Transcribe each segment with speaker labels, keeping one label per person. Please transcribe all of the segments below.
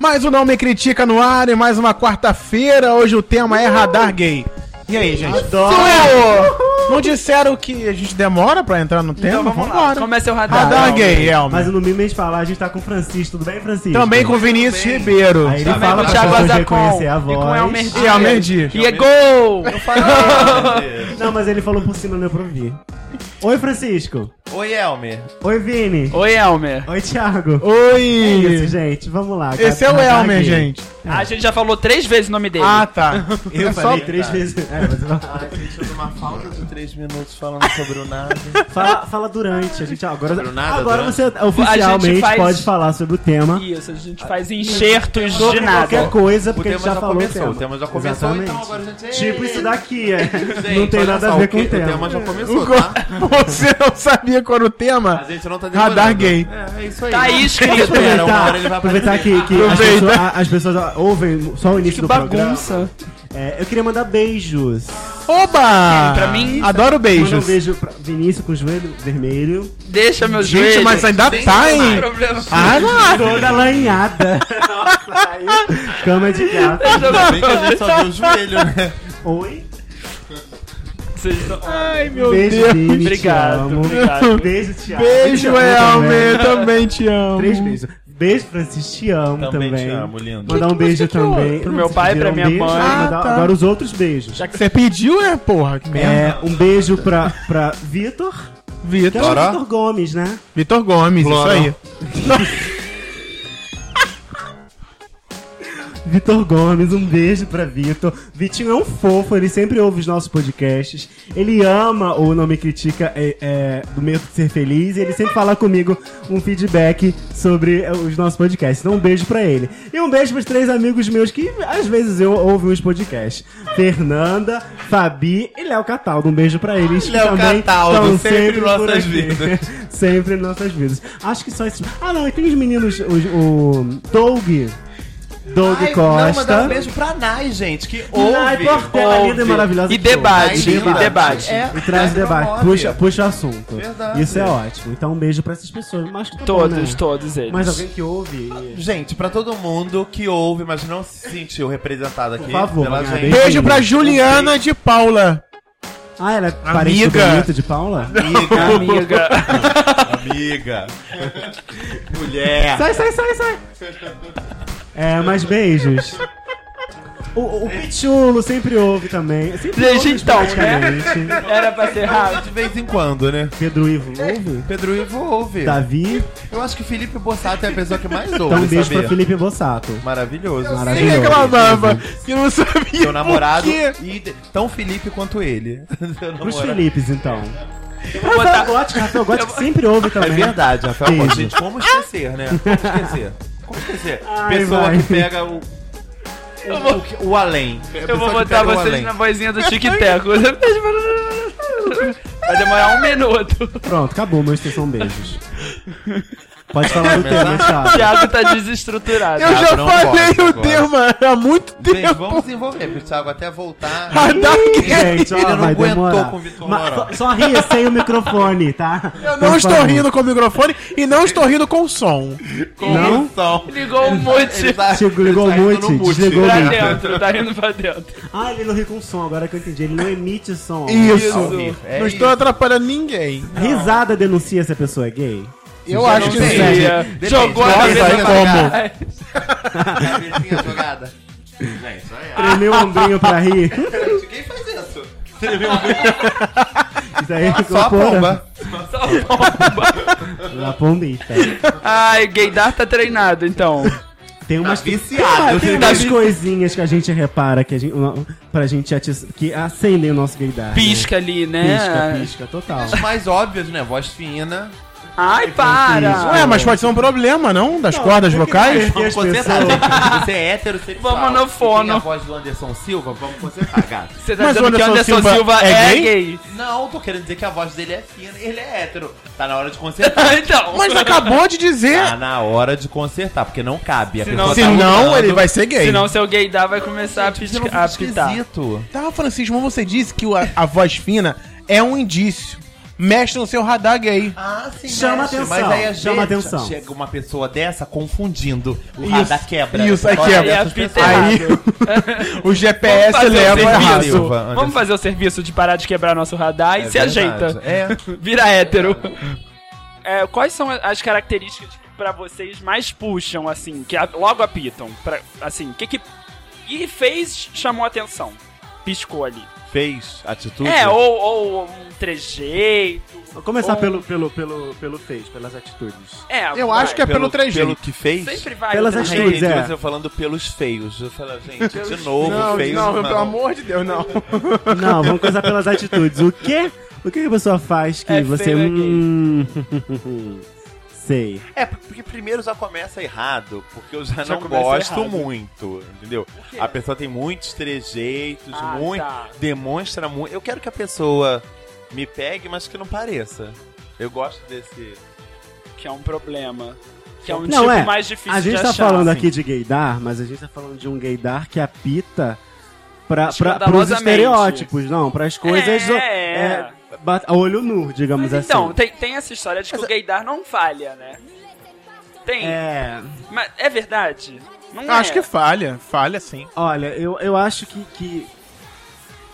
Speaker 1: Mais um Não Me Critica no ar e mais uma quarta-feira. Hoje o tema é radar gay. E aí, gente?
Speaker 2: Adoro.
Speaker 1: é- Sou eu! Não disseram que a gente demora pra entrar no
Speaker 2: Então
Speaker 1: tema?
Speaker 3: vamos lá. Começa o radar.
Speaker 1: Radar
Speaker 3: Elmer.
Speaker 1: gay, Elmer.
Speaker 2: Mas no Mimes falar, a gente tá com o Francisco, tudo bem, Francisco?
Speaker 1: Também com o Vinícius Ribeiro.
Speaker 2: Aí ele
Speaker 3: Também
Speaker 2: fala pra
Speaker 3: com o Thiago
Speaker 2: pessoas
Speaker 3: Azacon.
Speaker 2: reconhecer a voz.
Speaker 3: E com o Elmer
Speaker 1: E Elmer Dias.
Speaker 3: E é gol! Eu falei.
Speaker 4: É.
Speaker 2: Não, mas ele falou por cima, não deu pra ouvir. Oi, Francisco.
Speaker 4: Oi, Elmer.
Speaker 2: Oi, Vini. Oi,
Speaker 3: Oi, Elmer.
Speaker 2: Thiago. É isso,
Speaker 1: Oi!
Speaker 2: gente. Vamos lá. tá
Speaker 1: Esse é o
Speaker 2: Radar
Speaker 1: Elmer,
Speaker 2: Gay.
Speaker 1: gente.
Speaker 3: A gente já falou três vezes o nome dele.
Speaker 1: Ah, tá.
Speaker 2: Eu
Speaker 1: É só-
Speaker 2: falei três vezes. É, mas não.
Speaker 4: Ai, gente, eu dou uma falta de três minutos falando sobre o nada.
Speaker 2: Fala, fala durante. A gente agora,
Speaker 4: Sobre o nada,
Speaker 2: agora
Speaker 4: durante.
Speaker 2: você oficialmente
Speaker 3: faz-
Speaker 2: pode falar sobre o tema.
Speaker 3: Isso, a gente faz enxertos de
Speaker 2: Sobre qualquer
Speaker 3: nada.
Speaker 2: coisa,
Speaker 4: O
Speaker 2: porque a
Speaker 4: tema
Speaker 2: gente já
Speaker 4: já
Speaker 2: falou
Speaker 4: começou,
Speaker 2: o tema.
Speaker 4: o tema já começou,
Speaker 2: Exatamente.
Speaker 4: então agora a gente...
Speaker 2: Tipo isso daqui, é.
Speaker 4: Gente,
Speaker 2: não tem
Speaker 4: olha
Speaker 2: nada
Speaker 4: só,
Speaker 2: a ver com o
Speaker 4: que-
Speaker 2: tema.
Speaker 4: O tema já começou, tá?
Speaker 1: Você não sabia qual era o
Speaker 4: A
Speaker 1: tema?
Speaker 4: gente não tá demorando.
Speaker 1: Radar gay.
Speaker 4: É, é isso aí.
Speaker 3: Tá aí escrito.
Speaker 4: Espera, uma
Speaker 2: aproveitar,
Speaker 4: hora ele vai
Speaker 2: aproveitar
Speaker 4: aparecer.
Speaker 2: que, que as,
Speaker 1: Aproveita.
Speaker 2: pessoas, a- as pessoas ouvem só o início
Speaker 3: Que
Speaker 2: do
Speaker 3: bagunça.
Speaker 2: programa. É, eu queria mandar beijos.
Speaker 1: Oba!
Speaker 3: Pra mim-
Speaker 1: Adoro
Speaker 2: Manda um
Speaker 1: beijos.
Speaker 2: beijo pra Vinícius com o joelho vermelho.
Speaker 3: Deixa meus
Speaker 1: Gente,
Speaker 3: joelhos.
Speaker 1: mas ainda
Speaker 4: Tem
Speaker 1: tá,
Speaker 4: que
Speaker 1: hein?
Speaker 3: problema.
Speaker 1: Ah, não.
Speaker 2: Toda lanhada. Nossa, aí, cama de gato.
Speaker 4: Ainda bem que a gente só viu o joelho, né?
Speaker 2: Oi.
Speaker 3: Vocês estão-
Speaker 1: Ai, meu
Speaker 2: beijo,
Speaker 1: Deus.
Speaker 2: Vini, te
Speaker 3: Obrigado,
Speaker 2: amo.
Speaker 3: obrigado.
Speaker 2: Beijo, Thiago.
Speaker 1: Beijo, é,
Speaker 2: Te amo também.
Speaker 1: Elmer. Também te amo.
Speaker 2: Três beijos. Beijo, Francis, te amo também.
Speaker 4: Também te amo, lindo.
Speaker 2: Mandar um beijo também.
Speaker 3: Pro meu pai, pra minha
Speaker 2: Pediram um beijo,
Speaker 3: mãe.
Speaker 2: mandar-
Speaker 1: Ah, tá.
Speaker 2: Agora os outros beijos.
Speaker 1: Já que você pediu, é, porra. Que merda.
Speaker 2: É, um beijo pra, pra Vitor. Que é o
Speaker 1: Vitor.
Speaker 4: Bora.
Speaker 2: Vitor Gomes, né?
Speaker 1: Vitor Gomes,
Speaker 4: Bora.
Speaker 1: isso aí.
Speaker 2: Vitor Gomes, um beijo pra Vitor. Vitinho é um fofo, ele sempre ouve os nossos podcasts. Ele ama o Não Me Critica é, é, do Medo de Ser Feliz. E ele sempre fala comigo um feedback sobre é, os nossos podcasts. Então, um beijo pra ele. E um beijo pros três amigos meus que às vezes eu ouvo os podcasts: Fernanda, Fabi e Léo Cataldo. Um beijo pra eles. que
Speaker 4: Léo
Speaker 2: também
Speaker 4: Cataldo,
Speaker 2: tão
Speaker 4: sempre em
Speaker 2: por
Speaker 4: nossas
Speaker 2: aqui.
Speaker 4: vidas.
Speaker 2: sempre em nossas vidas. Acho que só esses. Ah, não, e tem os meninos, os- o Doug. Doug
Speaker 4: Ai, Não,
Speaker 2: Costa.
Speaker 4: mandar um beijo pra Nai, gente, que
Speaker 2: Nai
Speaker 4: ouve.
Speaker 2: Portela,
Speaker 3: ouve.
Speaker 2: linda e maravilhosa.
Speaker 3: E
Speaker 2: que ouve.
Speaker 3: debate,
Speaker 2: Nai,
Speaker 3: e debate.
Speaker 4: É,
Speaker 2: E traz
Speaker 4: é,
Speaker 2: debate.
Speaker 4: promove.
Speaker 2: Puxa, puxa o assunto.
Speaker 4: Verdade.
Speaker 2: Isso é ótimo. Então, um beijo pra essas pessoas. Mas que tá bom,
Speaker 3: Todos,
Speaker 2: né?
Speaker 3: todos eles.
Speaker 2: Mas alguém que ouve.
Speaker 4: Gente, pra todo mundo que ouve, mas não se sentiu representado aqui
Speaker 2: Por favor,
Speaker 4: pela
Speaker 2: Magari.
Speaker 4: gente.
Speaker 1: Beijo pra Juliana de Paula.
Speaker 2: Ah, ela é parente do
Speaker 1: Amiga.
Speaker 2: bonito de Paula?
Speaker 4: Amiga,
Speaker 3: Amiga.
Speaker 4: amiga, mulher.
Speaker 2: Sai, sai, sai, sai. É, mas beijos. O, o Pichulo sempre ouve também. Sempre
Speaker 3: Gente,
Speaker 2: ouve,
Speaker 3: então, né?
Speaker 2: praticamente.
Speaker 3: Era pra ser rápido.
Speaker 4: De vez em quando, né?
Speaker 2: Pedro Ivo ouve.
Speaker 4: Pedro Ivo ouve.
Speaker 2: Davi.
Speaker 4: Eu acho que Felipe Bossato é a pessoa que mais ouve.
Speaker 2: Então, um beijo
Speaker 4: sabia?
Speaker 2: pra Felipe Bossato.
Speaker 4: Maravilhoso.
Speaker 2: Maravilhoso.
Speaker 1: Quem reclamava que não sabia
Speaker 4: Seu namorado
Speaker 1: por quê?
Speaker 4: e de- tão Felipe quanto ele.
Speaker 2: Pros
Speaker 4: Seu namorado.
Speaker 2: Felipes, então.
Speaker 3: Vou botar-
Speaker 2: Rafael Gótica, Rafael Gótica sempre ouve
Speaker 4: É
Speaker 2: também. né,
Speaker 4: verdade, Rafael.
Speaker 2: Beijo.
Speaker 4: Gomes. Gente, como esquecer, né? Como esquecer. Como esquecer.
Speaker 2: Ai,
Speaker 4: pessoa
Speaker 2: vai.
Speaker 4: que pega o. O, o que- o além. É
Speaker 3: Eu vou botar vocês na vozinha do Tic Teco. Vai demorar um minuto.
Speaker 2: Pronto, acabou, meu extensão beijos. Pode falar do tema,
Speaker 3: O
Speaker 2: Thiago.
Speaker 3: Thiago tá desestruturado.
Speaker 1: Eu já
Speaker 4: Ladrão
Speaker 1: falei
Speaker 4: gosta,
Speaker 1: o
Speaker 4: gosta.
Speaker 1: tema há muito
Speaker 4: Bem,
Speaker 1: tempo.
Speaker 4: vamos desenvolver, pro Thiago até voltar.
Speaker 2: Ah,
Speaker 1: Radar gay.
Speaker 2: Gente,
Speaker 4: Ele
Speaker 2: ó,
Speaker 4: não
Speaker 2: vai
Speaker 4: aguentou
Speaker 2: demorar.
Speaker 4: com o Vitor
Speaker 2: Mas
Speaker 4: Moura.
Speaker 2: só- só ria sem o microfone, tá?
Speaker 1: Eu
Speaker 4: um
Speaker 1: não estou rindo com o microfone e não estou rindo com o som.
Speaker 2: Não?
Speaker 4: Então,
Speaker 3: Ligou um monte.
Speaker 4: ele tá-
Speaker 2: Chegou- ligou
Speaker 4: ele tá
Speaker 2: muito,
Speaker 4: indo no mute.
Speaker 2: desligou
Speaker 3: Pra
Speaker 2: muito.
Speaker 3: dentro, tá indo pra dentro.
Speaker 2: Ah, ele não ri com som, agora que eu entendi. Ele não emite som.
Speaker 1: Isso.
Speaker 4: Ao vivo. É
Speaker 1: não estou
Speaker 4: isso.
Speaker 1: atrapalhando ninguém.
Speaker 2: Risada denuncia se a pessoa é gay.
Speaker 1: Eu
Speaker 4: Eu
Speaker 1: acho que
Speaker 4: não
Speaker 1: sim.
Speaker 4: sei.
Speaker 3: Ia.
Speaker 4: Depende.
Speaker 3: Jogou a
Speaker 4: Nossa,
Speaker 3: cabeça
Speaker 1: aí
Speaker 3: pra
Speaker 1: como?
Speaker 3: trás.
Speaker 4: Cabecinha jogada. Gente, isso aí é.
Speaker 2: Tremeu o ombrinho pra rir.
Speaker 4: Quem faz isso?
Speaker 2: Isso aí é
Speaker 4: Só a pomba.
Speaker 3: Só bomba.
Speaker 2: A pombita.
Speaker 3: Ai, gaydar tá treinado, então.
Speaker 2: Tem umas Ah,
Speaker 4: viciado.
Speaker 2: Tem umas coisinhas que a gente repara que a gente, uma- pra gente ati- que acendem o nosso gaydar.
Speaker 3: Pisca ali, né?
Speaker 2: Pisca, pisca, total.
Speaker 4: As mais óbvias, né? Voz fina.
Speaker 3: Ai,
Speaker 4: Ah,
Speaker 3: para.
Speaker 1: Ué, mas pode ser um problema, não? Das cordas vocais?
Speaker 2: E as
Speaker 4: Vamos
Speaker 2: pessoas-
Speaker 4: consertar, gente. Você é heterossexual.
Speaker 3: Vamos no
Speaker 4: Se
Speaker 3: fono.
Speaker 4: tem a voz do Anderson Silva, vamos consertar, gato.
Speaker 3: Você tá
Speaker 1: Mas o
Speaker 3: dizendo que o
Speaker 1: Anderson
Speaker 3: Anderson Silva,
Speaker 1: Silva
Speaker 3: é
Speaker 1: é
Speaker 3: gay?
Speaker 4: Não, tô querendo dizer que a voz dele é fina e ele é hétero. Tá na hora de consertar.
Speaker 3: então.
Speaker 1: Mas acabou de dizer.
Speaker 4: Tá na hora de consertar, porque não cabe. A
Speaker 3: Senão-
Speaker 4: pessoa
Speaker 1: Se
Speaker 4: tá
Speaker 1: não,
Speaker 4: lutando.
Speaker 1: ele vai ser é gay.
Speaker 3: Senão seu gaydar vai começar a,
Speaker 4: Você não
Speaker 3: piscar,
Speaker 4: fica
Speaker 3: a pitar.
Speaker 4: esquisito.
Speaker 1: Tá, Francisco, mas você disse que o- a, a voz fina é um indício. mexe no seu radar gay.
Speaker 4: Ah, sim,
Speaker 2: Chama
Speaker 4: mexe,
Speaker 2: atenção,
Speaker 4: Mas aí às
Speaker 2: chama
Speaker 4: vezes
Speaker 2: atenção.
Speaker 4: chega uma pessoa dessa confundindo. O
Speaker 1: Isso,
Speaker 4: radar quebra.
Speaker 1: isso, aí
Speaker 4: Pode
Speaker 1: quebra.
Speaker 4: haver
Speaker 3: É,
Speaker 4: essas
Speaker 3: fica
Speaker 4: pessoas.
Speaker 1: Aí o
Speaker 3: Vamos
Speaker 1: GPS
Speaker 3: fazer
Speaker 1: leva
Speaker 3: o
Speaker 4: errado.
Speaker 1: errado.
Speaker 3: serviço.
Speaker 4: Silva, Anderson.
Speaker 3: Vamos fazer o serviço de parar de quebrar nosso radar e
Speaker 4: É
Speaker 3: se
Speaker 4: verdade,
Speaker 3: ajeita.
Speaker 4: É.
Speaker 3: Vira hétero. É, quais são as características que pra vocês mais puxam, assim, que a- logo apitam? Pra, assim, o que que... E fez, chamou atenção. Piscou ali.
Speaker 4: Fez atitude.
Speaker 3: É, ou, ou um trejeito.
Speaker 2: Vou começar
Speaker 3: ou-
Speaker 2: pelo, pelo, pelo, pelo fez, pelas atitudes.
Speaker 3: É,
Speaker 1: Eu
Speaker 3: vai.
Speaker 1: acho que é pelo
Speaker 4: Pelo
Speaker 1: trejeito.
Speaker 4: que fez.
Speaker 3: Sempre vai.
Speaker 2: Pelas
Speaker 3: o
Speaker 4: Ai,
Speaker 3: trejeito.
Speaker 2: atitudes.
Speaker 4: gente,
Speaker 2: é.
Speaker 4: eu falando pelos feios. Eu falo, gente, de novo,
Speaker 1: Não,
Speaker 4: feios.
Speaker 1: não,
Speaker 4: mano.
Speaker 1: pelo amor de Deus, não.
Speaker 2: Não, vamos começar pelas atitudes. O quê? O que a pessoa faz que
Speaker 3: É
Speaker 2: você.
Speaker 3: feio, é gay.
Speaker 2: Hum, sei.
Speaker 4: É, porque primeiro já começa errado, porque eu já,
Speaker 3: Já
Speaker 4: não
Speaker 3: começa
Speaker 4: gosto
Speaker 3: errado.
Speaker 4: muito, entendeu?
Speaker 3: quê?
Speaker 4: A pessoa tem muitos trejeitos,
Speaker 3: Ah,
Speaker 4: muito,
Speaker 3: tá.
Speaker 4: demonstra muito. Eu quero que a pessoa me pegue, mas que não pareça. Eu gosto desse.
Speaker 3: Que é um problema. Que é um
Speaker 2: Não,
Speaker 3: tipo
Speaker 2: é.
Speaker 3: mais difícil
Speaker 2: A gente
Speaker 3: de
Speaker 2: tá
Speaker 3: achar.
Speaker 2: falando
Speaker 4: assim.
Speaker 2: aqui de gaydar, mas a gente tá falando de um gaydar que apita pra,
Speaker 3: é
Speaker 2: pra, pros
Speaker 3: Escandalosamente.
Speaker 2: estereótipos, não, pras coisas.
Speaker 3: É,
Speaker 2: é, bat- a olho nu, digamos
Speaker 3: Mas
Speaker 2: assim.
Speaker 3: então, tem, tem essa história de que o gaydar não falha, né? Tem.
Speaker 2: É.
Speaker 3: Mas é verdade? Não
Speaker 1: Acho
Speaker 3: é.
Speaker 1: que falha, falha sim.
Speaker 2: Olha, eu, eu acho que, que.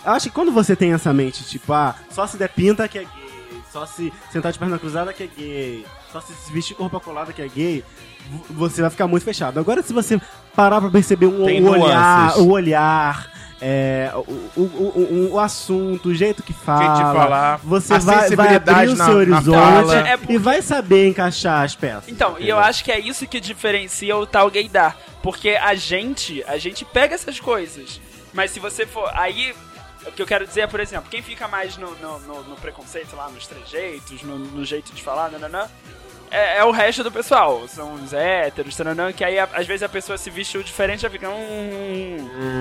Speaker 2: Eu acho que quando você tem essa mente, tipo, ah, só se der pinta que é gay, só se sentar de perna cruzada que é gay, só se se vestir com roupa colada que é gay, vo- você vai ficar muito fechado. Agora, se você parar pra perceber um,
Speaker 4: Tem
Speaker 2: o olhar,
Speaker 4: nuances.
Speaker 2: o olhar, é, o, o, o, o- o assunto, o jeito que fala.
Speaker 1: Jeito
Speaker 3: Ah,
Speaker 1: de falar,
Speaker 2: Você
Speaker 1: a
Speaker 2: vai, vai
Speaker 1: sensibilidade
Speaker 2: abrir o
Speaker 1: na-
Speaker 2: seu
Speaker 1: na
Speaker 2: horizonte
Speaker 1: fala.
Speaker 3: É porque-
Speaker 2: e vai saber encaixar as peças.
Speaker 3: Então, e eu acho que é isso que diferencia o tal gaydar. Porque a gente, a gente pega essas coisas. Mas se você for. Aí, o que eu quero dizer é, por exemplo, quem fica mais no, no, no- no preconceito, sei lá, nos trejeitos, no, no jeito de falar, nananã. É, é o resto do pessoal, são os héteros, tananã, que aí a- às vezes a pessoa se vestiu diferente e já fica. Hum,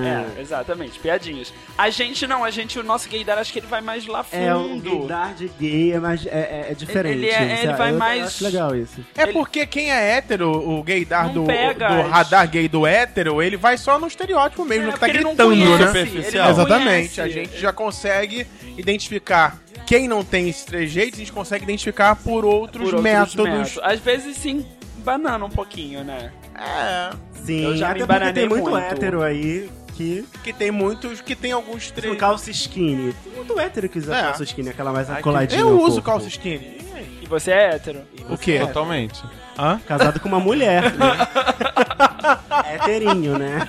Speaker 3: É, exatamente, piadinhas. A gente não, a gente, o nosso gaydar, acho que ele vai mais lá fundo.
Speaker 2: É, o gaydar de gay é, mais, é, é- é diferente.
Speaker 3: Ele- ele é-
Speaker 2: Isso
Speaker 3: ele vai
Speaker 2: eu
Speaker 3: mais-
Speaker 2: Acho legal isso.
Speaker 1: É
Speaker 3: Ele-
Speaker 1: porque quem é hétero, o gaydar
Speaker 3: Não
Speaker 1: do,
Speaker 3: pega
Speaker 1: do
Speaker 3: as-
Speaker 1: radar gay do hétero, ele vai só no estereótipo mesmo, no
Speaker 3: É,
Speaker 1: que tá
Speaker 3: porque ele não
Speaker 1: gritando,
Speaker 3: conhece,
Speaker 1: né?
Speaker 3: ele não
Speaker 4: Superficial.
Speaker 1: Exatamente.
Speaker 3: conhece.
Speaker 1: A gente já consegue identificar quem não tem esses trejeitos, a gente consegue identificar por outros,
Speaker 3: por outros
Speaker 1: métodos.
Speaker 3: métodos. Às vezes sim, banana um pouquinho, né?
Speaker 1: É,
Speaker 2: Sim,
Speaker 3: Eu já me
Speaker 2: até porque
Speaker 3: embananei
Speaker 2: tem muito,
Speaker 3: muito.
Speaker 2: hétero aí que
Speaker 1: que tem muitos, que tem alguns
Speaker 2: usa
Speaker 1: trejeitos.
Speaker 2: calça skinny. Tem muito hétero que usa
Speaker 1: É.
Speaker 2: calça skinny, aquela mais coladinha.
Speaker 1: Eu
Speaker 2: no
Speaker 1: uso
Speaker 2: corpo.
Speaker 1: calça skinny. E aí?
Speaker 3: E você é hétero.
Speaker 1: O quê?
Speaker 4: Totalmente.
Speaker 1: Hã?
Speaker 2: Casado com uma mulher, né? Héterinho, né?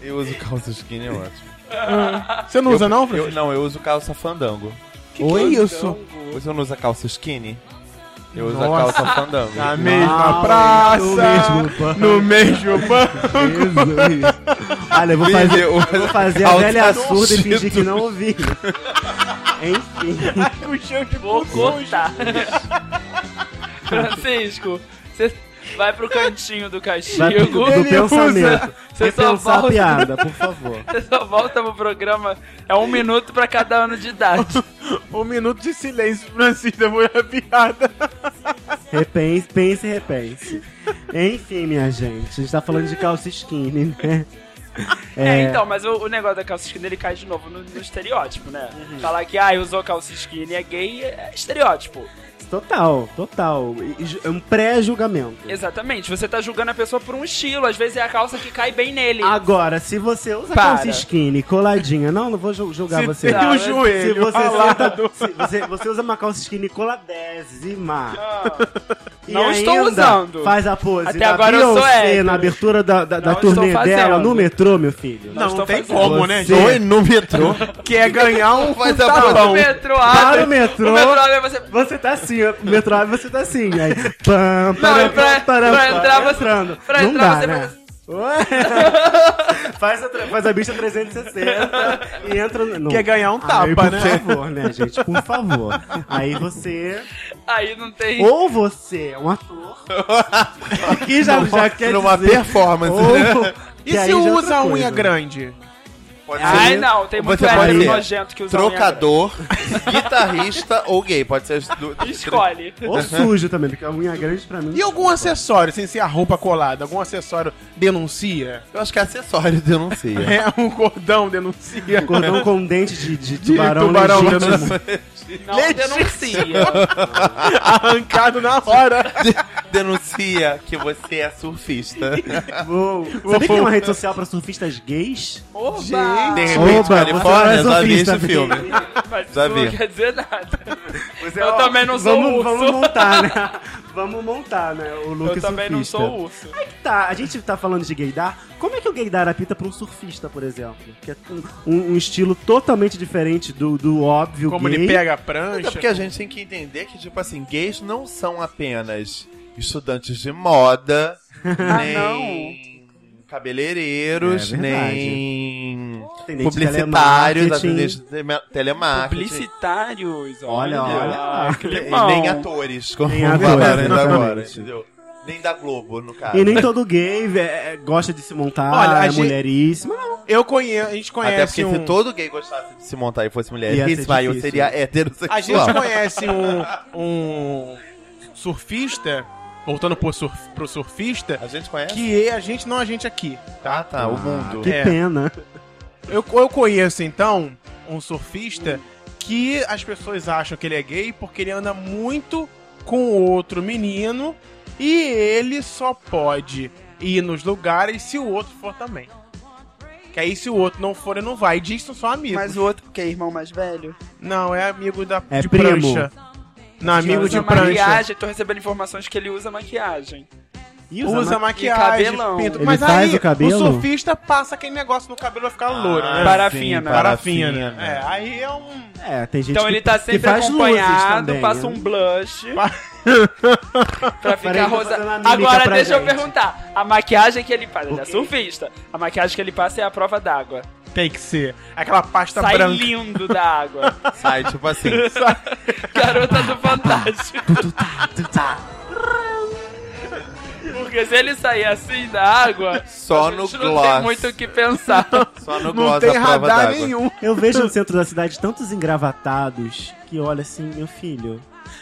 Speaker 4: Eu uso calça skinny, é ótimo.
Speaker 1: Você não usa não,
Speaker 4: Eu,
Speaker 1: Francisco?
Speaker 4: não, eu uso calça fandango.
Speaker 1: Que que é isso?
Speaker 4: Você não usa calça skinny? Eu uso
Speaker 1: Nossa.
Speaker 4: a calça fandango.
Speaker 1: Na mesma
Speaker 2: Não, no mesmo
Speaker 1: praça,
Speaker 2: banco.
Speaker 1: no mesmo banco.
Speaker 2: Olha, eu vou
Speaker 4: Mas
Speaker 2: fazer,
Speaker 4: eu-
Speaker 2: vou fazer a
Speaker 4: calça
Speaker 2: velha
Speaker 4: num
Speaker 2: surda e
Speaker 4: cinto.
Speaker 2: fingir que não ouvi. Enfim.
Speaker 1: O chão de
Speaker 3: Vou
Speaker 1: pulsões.
Speaker 3: cortar. tá? Francisco, você vai pro cantinho do
Speaker 2: Vai pro,
Speaker 3: castigo.
Speaker 2: do
Speaker 1: Ele
Speaker 2: pensamento.
Speaker 3: Você só
Speaker 2: Repensar a
Speaker 3: volta.
Speaker 2: piada, por favor.
Speaker 3: Você só volta pro programa. É um minuto pra cada ano de idade.
Speaker 1: Um minuto de silêncio, Francisco, depois a piada.
Speaker 2: Repense, pense e repense. Enfim, minha gente, a gente tá falando de calça skinny, né?
Speaker 3: É, então, mas o, o negócio da calça skinny ele cai de novo no, no estereótipo, né?
Speaker 2: Uhum.
Speaker 3: Falar que, ah, usou calça skinny é gay é estereótipo.
Speaker 2: Total, total. E- e ju- É um pré-julgamento.
Speaker 3: Exatamente, você tá julgando a pessoa por um estilo, às vezes é a calça que cai bem nele.
Speaker 2: Agora, se você usa
Speaker 3: Para. um
Speaker 2: calça skinny coladinha, não, não vou ju- julgar
Speaker 1: Se
Speaker 2: você.
Speaker 1: tem
Speaker 3: o
Speaker 2: não. se
Speaker 1: joelho Ah
Speaker 2: você,
Speaker 1: ralado.
Speaker 2: senta- se você, você usa uma calça skinny coladésima.
Speaker 3: Ah.
Speaker 2: e
Speaker 3: Não estou
Speaker 2: ainda
Speaker 3: usando.
Speaker 2: Faz a pose
Speaker 3: Até
Speaker 2: da
Speaker 3: agora eu
Speaker 2: Beyoncé
Speaker 3: sou hétero.
Speaker 2: na abertura da, da, da
Speaker 3: Não
Speaker 2: turnê
Speaker 3: estou
Speaker 2: dela
Speaker 3: fazendo.
Speaker 2: no metrô, meu filho.
Speaker 1: Não,
Speaker 3: estou
Speaker 1: não tem
Speaker 3: fazendo.
Speaker 1: como, né?
Speaker 2: Você-
Speaker 1: Dois
Speaker 4: no metrô.
Speaker 1: quer ganhar um
Speaker 4: Faz
Speaker 2: Tá
Speaker 4: a
Speaker 3: Para o
Speaker 1: tapão.
Speaker 3: Tá metrô,
Speaker 2: Para o
Speaker 3: abre.
Speaker 2: Tá metrô.
Speaker 3: O metrô abre, você...
Speaker 2: Você tá assim, ó, o metrô abre, você tá assim. Aí, pam,
Speaker 3: Não,
Speaker 2: param,
Speaker 3: e pra-
Speaker 2: pam, param,
Speaker 3: pra
Speaker 2: pam,
Speaker 3: entrar você-
Speaker 2: entrando.
Speaker 3: pra
Speaker 2: Não
Speaker 3: entrar
Speaker 2: dá,
Speaker 3: você
Speaker 2: né? Ué. faz, a, tra- faz a bicha 360 e entra no...
Speaker 1: Quer ganhar um
Speaker 2: Aí,
Speaker 1: tapa,
Speaker 2: por
Speaker 1: né?
Speaker 2: favor, né, gente? Por favor. Aí você...
Speaker 3: Aí não tem...
Speaker 2: Ou você é um ator... que já, já quer
Speaker 4: Numa
Speaker 2: dizer...
Speaker 4: performance,
Speaker 2: Ou...
Speaker 4: né?
Speaker 2: que
Speaker 1: E
Speaker 2: aí
Speaker 1: se
Speaker 2: já é outra
Speaker 1: usa a
Speaker 2: coisa.
Speaker 1: unha grande?
Speaker 4: Pode
Speaker 3: Ai,
Speaker 4: ser
Speaker 3: não, tem muito
Speaker 4: Você pode
Speaker 3: hétero
Speaker 4: ser
Speaker 3: nojento que usa unha
Speaker 4: trocador, guitarrista ou gay. Pode ser. as du-
Speaker 3: grande. Escolhe.
Speaker 2: Ou sujo também, porque a unha grande pra mim.
Speaker 1: E algum acessório, sem ser a roupa colada? Algum acessório denuncia?
Speaker 4: Eu acho que é acessório denuncia.
Speaker 1: É, um cordão denuncia.
Speaker 2: é um Cordão com dente de, de
Speaker 1: De
Speaker 2: tubarão,
Speaker 1: tubarão
Speaker 2: legítimo.
Speaker 3: Não
Speaker 1: Letícia.
Speaker 3: denuncia.
Speaker 1: Arrancado na hora.
Speaker 4: denuncia que você é surfista.
Speaker 2: Uou. Sabia que tem uma rede social pra surfistas gays?
Speaker 3: Oba!
Speaker 4: De repente,
Speaker 2: Oba,
Speaker 4: Califórnia,
Speaker 2: você não é
Speaker 4: já vi
Speaker 2: surfista,
Speaker 4: esse filme.
Speaker 3: Mas isso
Speaker 4: Já vi.
Speaker 3: não quer dizer nada.
Speaker 2: Pois
Speaker 3: Eu
Speaker 2: ó,
Speaker 3: também não sou
Speaker 2: vamos,
Speaker 3: urso.
Speaker 2: Vamos montar, né? Vamos montar, né? O look
Speaker 3: Eu também não
Speaker 2: surfista.
Speaker 3: sou urso.
Speaker 2: Aí que tá, a gente tá falando de gaydar. Como é que o gaydar apita pra um surfista, por exemplo? Que é um, um- um estilo totalmente diferente do, do óbvio
Speaker 1: Como
Speaker 2: gay.
Speaker 1: ele pega a
Speaker 4: Até
Speaker 1: prancha.
Speaker 4: é porque a gente tem que entender que, tipo assim, gays não são apenas estudantes de moda, nem cabeleireiros,
Speaker 2: Ah, É verdade.
Speaker 4: nem
Speaker 2: Atendente de
Speaker 4: publicitários,
Speaker 2: telemarketing.
Speaker 4: atendentes de tele- telemarketing,
Speaker 3: Publicitários,
Speaker 2: Olha,
Speaker 3: olha.
Speaker 2: olha.
Speaker 3: que
Speaker 4: e
Speaker 3: limão.
Speaker 4: nem atores, como
Speaker 2: Nem
Speaker 4: nem
Speaker 2: atores,
Speaker 4: agora, ainda
Speaker 2: exatamente.
Speaker 4: agora, entendeu? Nem da Globo, no caso.
Speaker 2: E nem todo gay é, é, gosta de se montar,
Speaker 1: Olha, a
Speaker 2: é
Speaker 1: gente-
Speaker 2: mulheríssimo.
Speaker 1: Eu conheço, a gente
Speaker 4: Até porque
Speaker 1: conhece um...
Speaker 4: se todo gay gostasse de se montar e fosse mulher,
Speaker 2: Ia ser
Speaker 4: isso vai, eu
Speaker 2: difícil,
Speaker 4: seria
Speaker 1: A gente
Speaker 4: heterossexual.
Speaker 1: conhece um, um surfista, voltando pro, surf- pro surfista,
Speaker 4: A gente conhece?
Speaker 1: que é a gente, não a gente aqui.
Speaker 4: Tá,
Speaker 3: Ah,
Speaker 4: tá, o mundo.
Speaker 2: Que
Speaker 1: É.
Speaker 2: pena.
Speaker 1: Eu, eu conheço, então, um surfista que as pessoas acham que ele é gay porque ele anda muito com outro menino e ele só pode ir nos lugares se o outro for também. Que aí se o outro não for, ele não vai. E diz que são só amigos.
Speaker 3: Mas o outro, que é irmão mais velho?
Speaker 1: Não, é amigo da,
Speaker 2: É
Speaker 1: de
Speaker 2: primo.
Speaker 1: prancha. Não, amigo
Speaker 3: usa
Speaker 1: de prancha.
Speaker 3: maquiagem, tô recebendo informações que ele usa maquiagem.
Speaker 2: E usa
Speaker 1: Usa
Speaker 2: ma-
Speaker 1: maquiagem,
Speaker 3: E cabelão.
Speaker 1: pinta.
Speaker 2: Ele
Speaker 1: Mas
Speaker 2: faz
Speaker 1: aí,
Speaker 2: o cabelo?
Speaker 1: surfista passa aquele negócio no cabelo vai ficar louro, né?
Speaker 3: Parafina.
Speaker 4: Ah, sim,
Speaker 1: Parafina.
Speaker 4: parafina.
Speaker 2: né?
Speaker 4: né?
Speaker 1: É, aí é um...
Speaker 2: É, tem gente
Speaker 3: Então
Speaker 2: que,
Speaker 3: ele tá
Speaker 2: que
Speaker 3: sempre
Speaker 2: faz luzes
Speaker 3: acompanhado,
Speaker 2: também,
Speaker 3: passa
Speaker 2: né?
Speaker 3: um blush. pra
Speaker 2: Peraí,
Speaker 3: ficar
Speaker 2: tô
Speaker 3: rosa.
Speaker 2: fazendo a mímica
Speaker 3: Agora
Speaker 2: pra
Speaker 3: deixa eu
Speaker 2: gente.
Speaker 3: perguntar. A maquiagem que ele faz, ele é
Speaker 2: Ok.
Speaker 3: surfista. A maquiagem que ele passa é a prova d'água.
Speaker 1: Tem que ser. Aquela pasta
Speaker 2: Tá
Speaker 3: Sai
Speaker 1: branca.
Speaker 3: lindo da água.
Speaker 4: Sai, tipo assim.
Speaker 3: Garota do Fantástico. Tá. Porque se ele sair assim da água,
Speaker 4: Só
Speaker 3: a
Speaker 4: no
Speaker 3: gente não tem
Speaker 4: gloss.
Speaker 3: muito o que pensar.
Speaker 4: Só no
Speaker 1: Não
Speaker 4: gloss
Speaker 1: tem
Speaker 4: a prova
Speaker 1: radar
Speaker 4: d'água.
Speaker 1: nenhum.
Speaker 2: Eu vejo no centro da cidade tantos engravatados que olha assim, meu filho.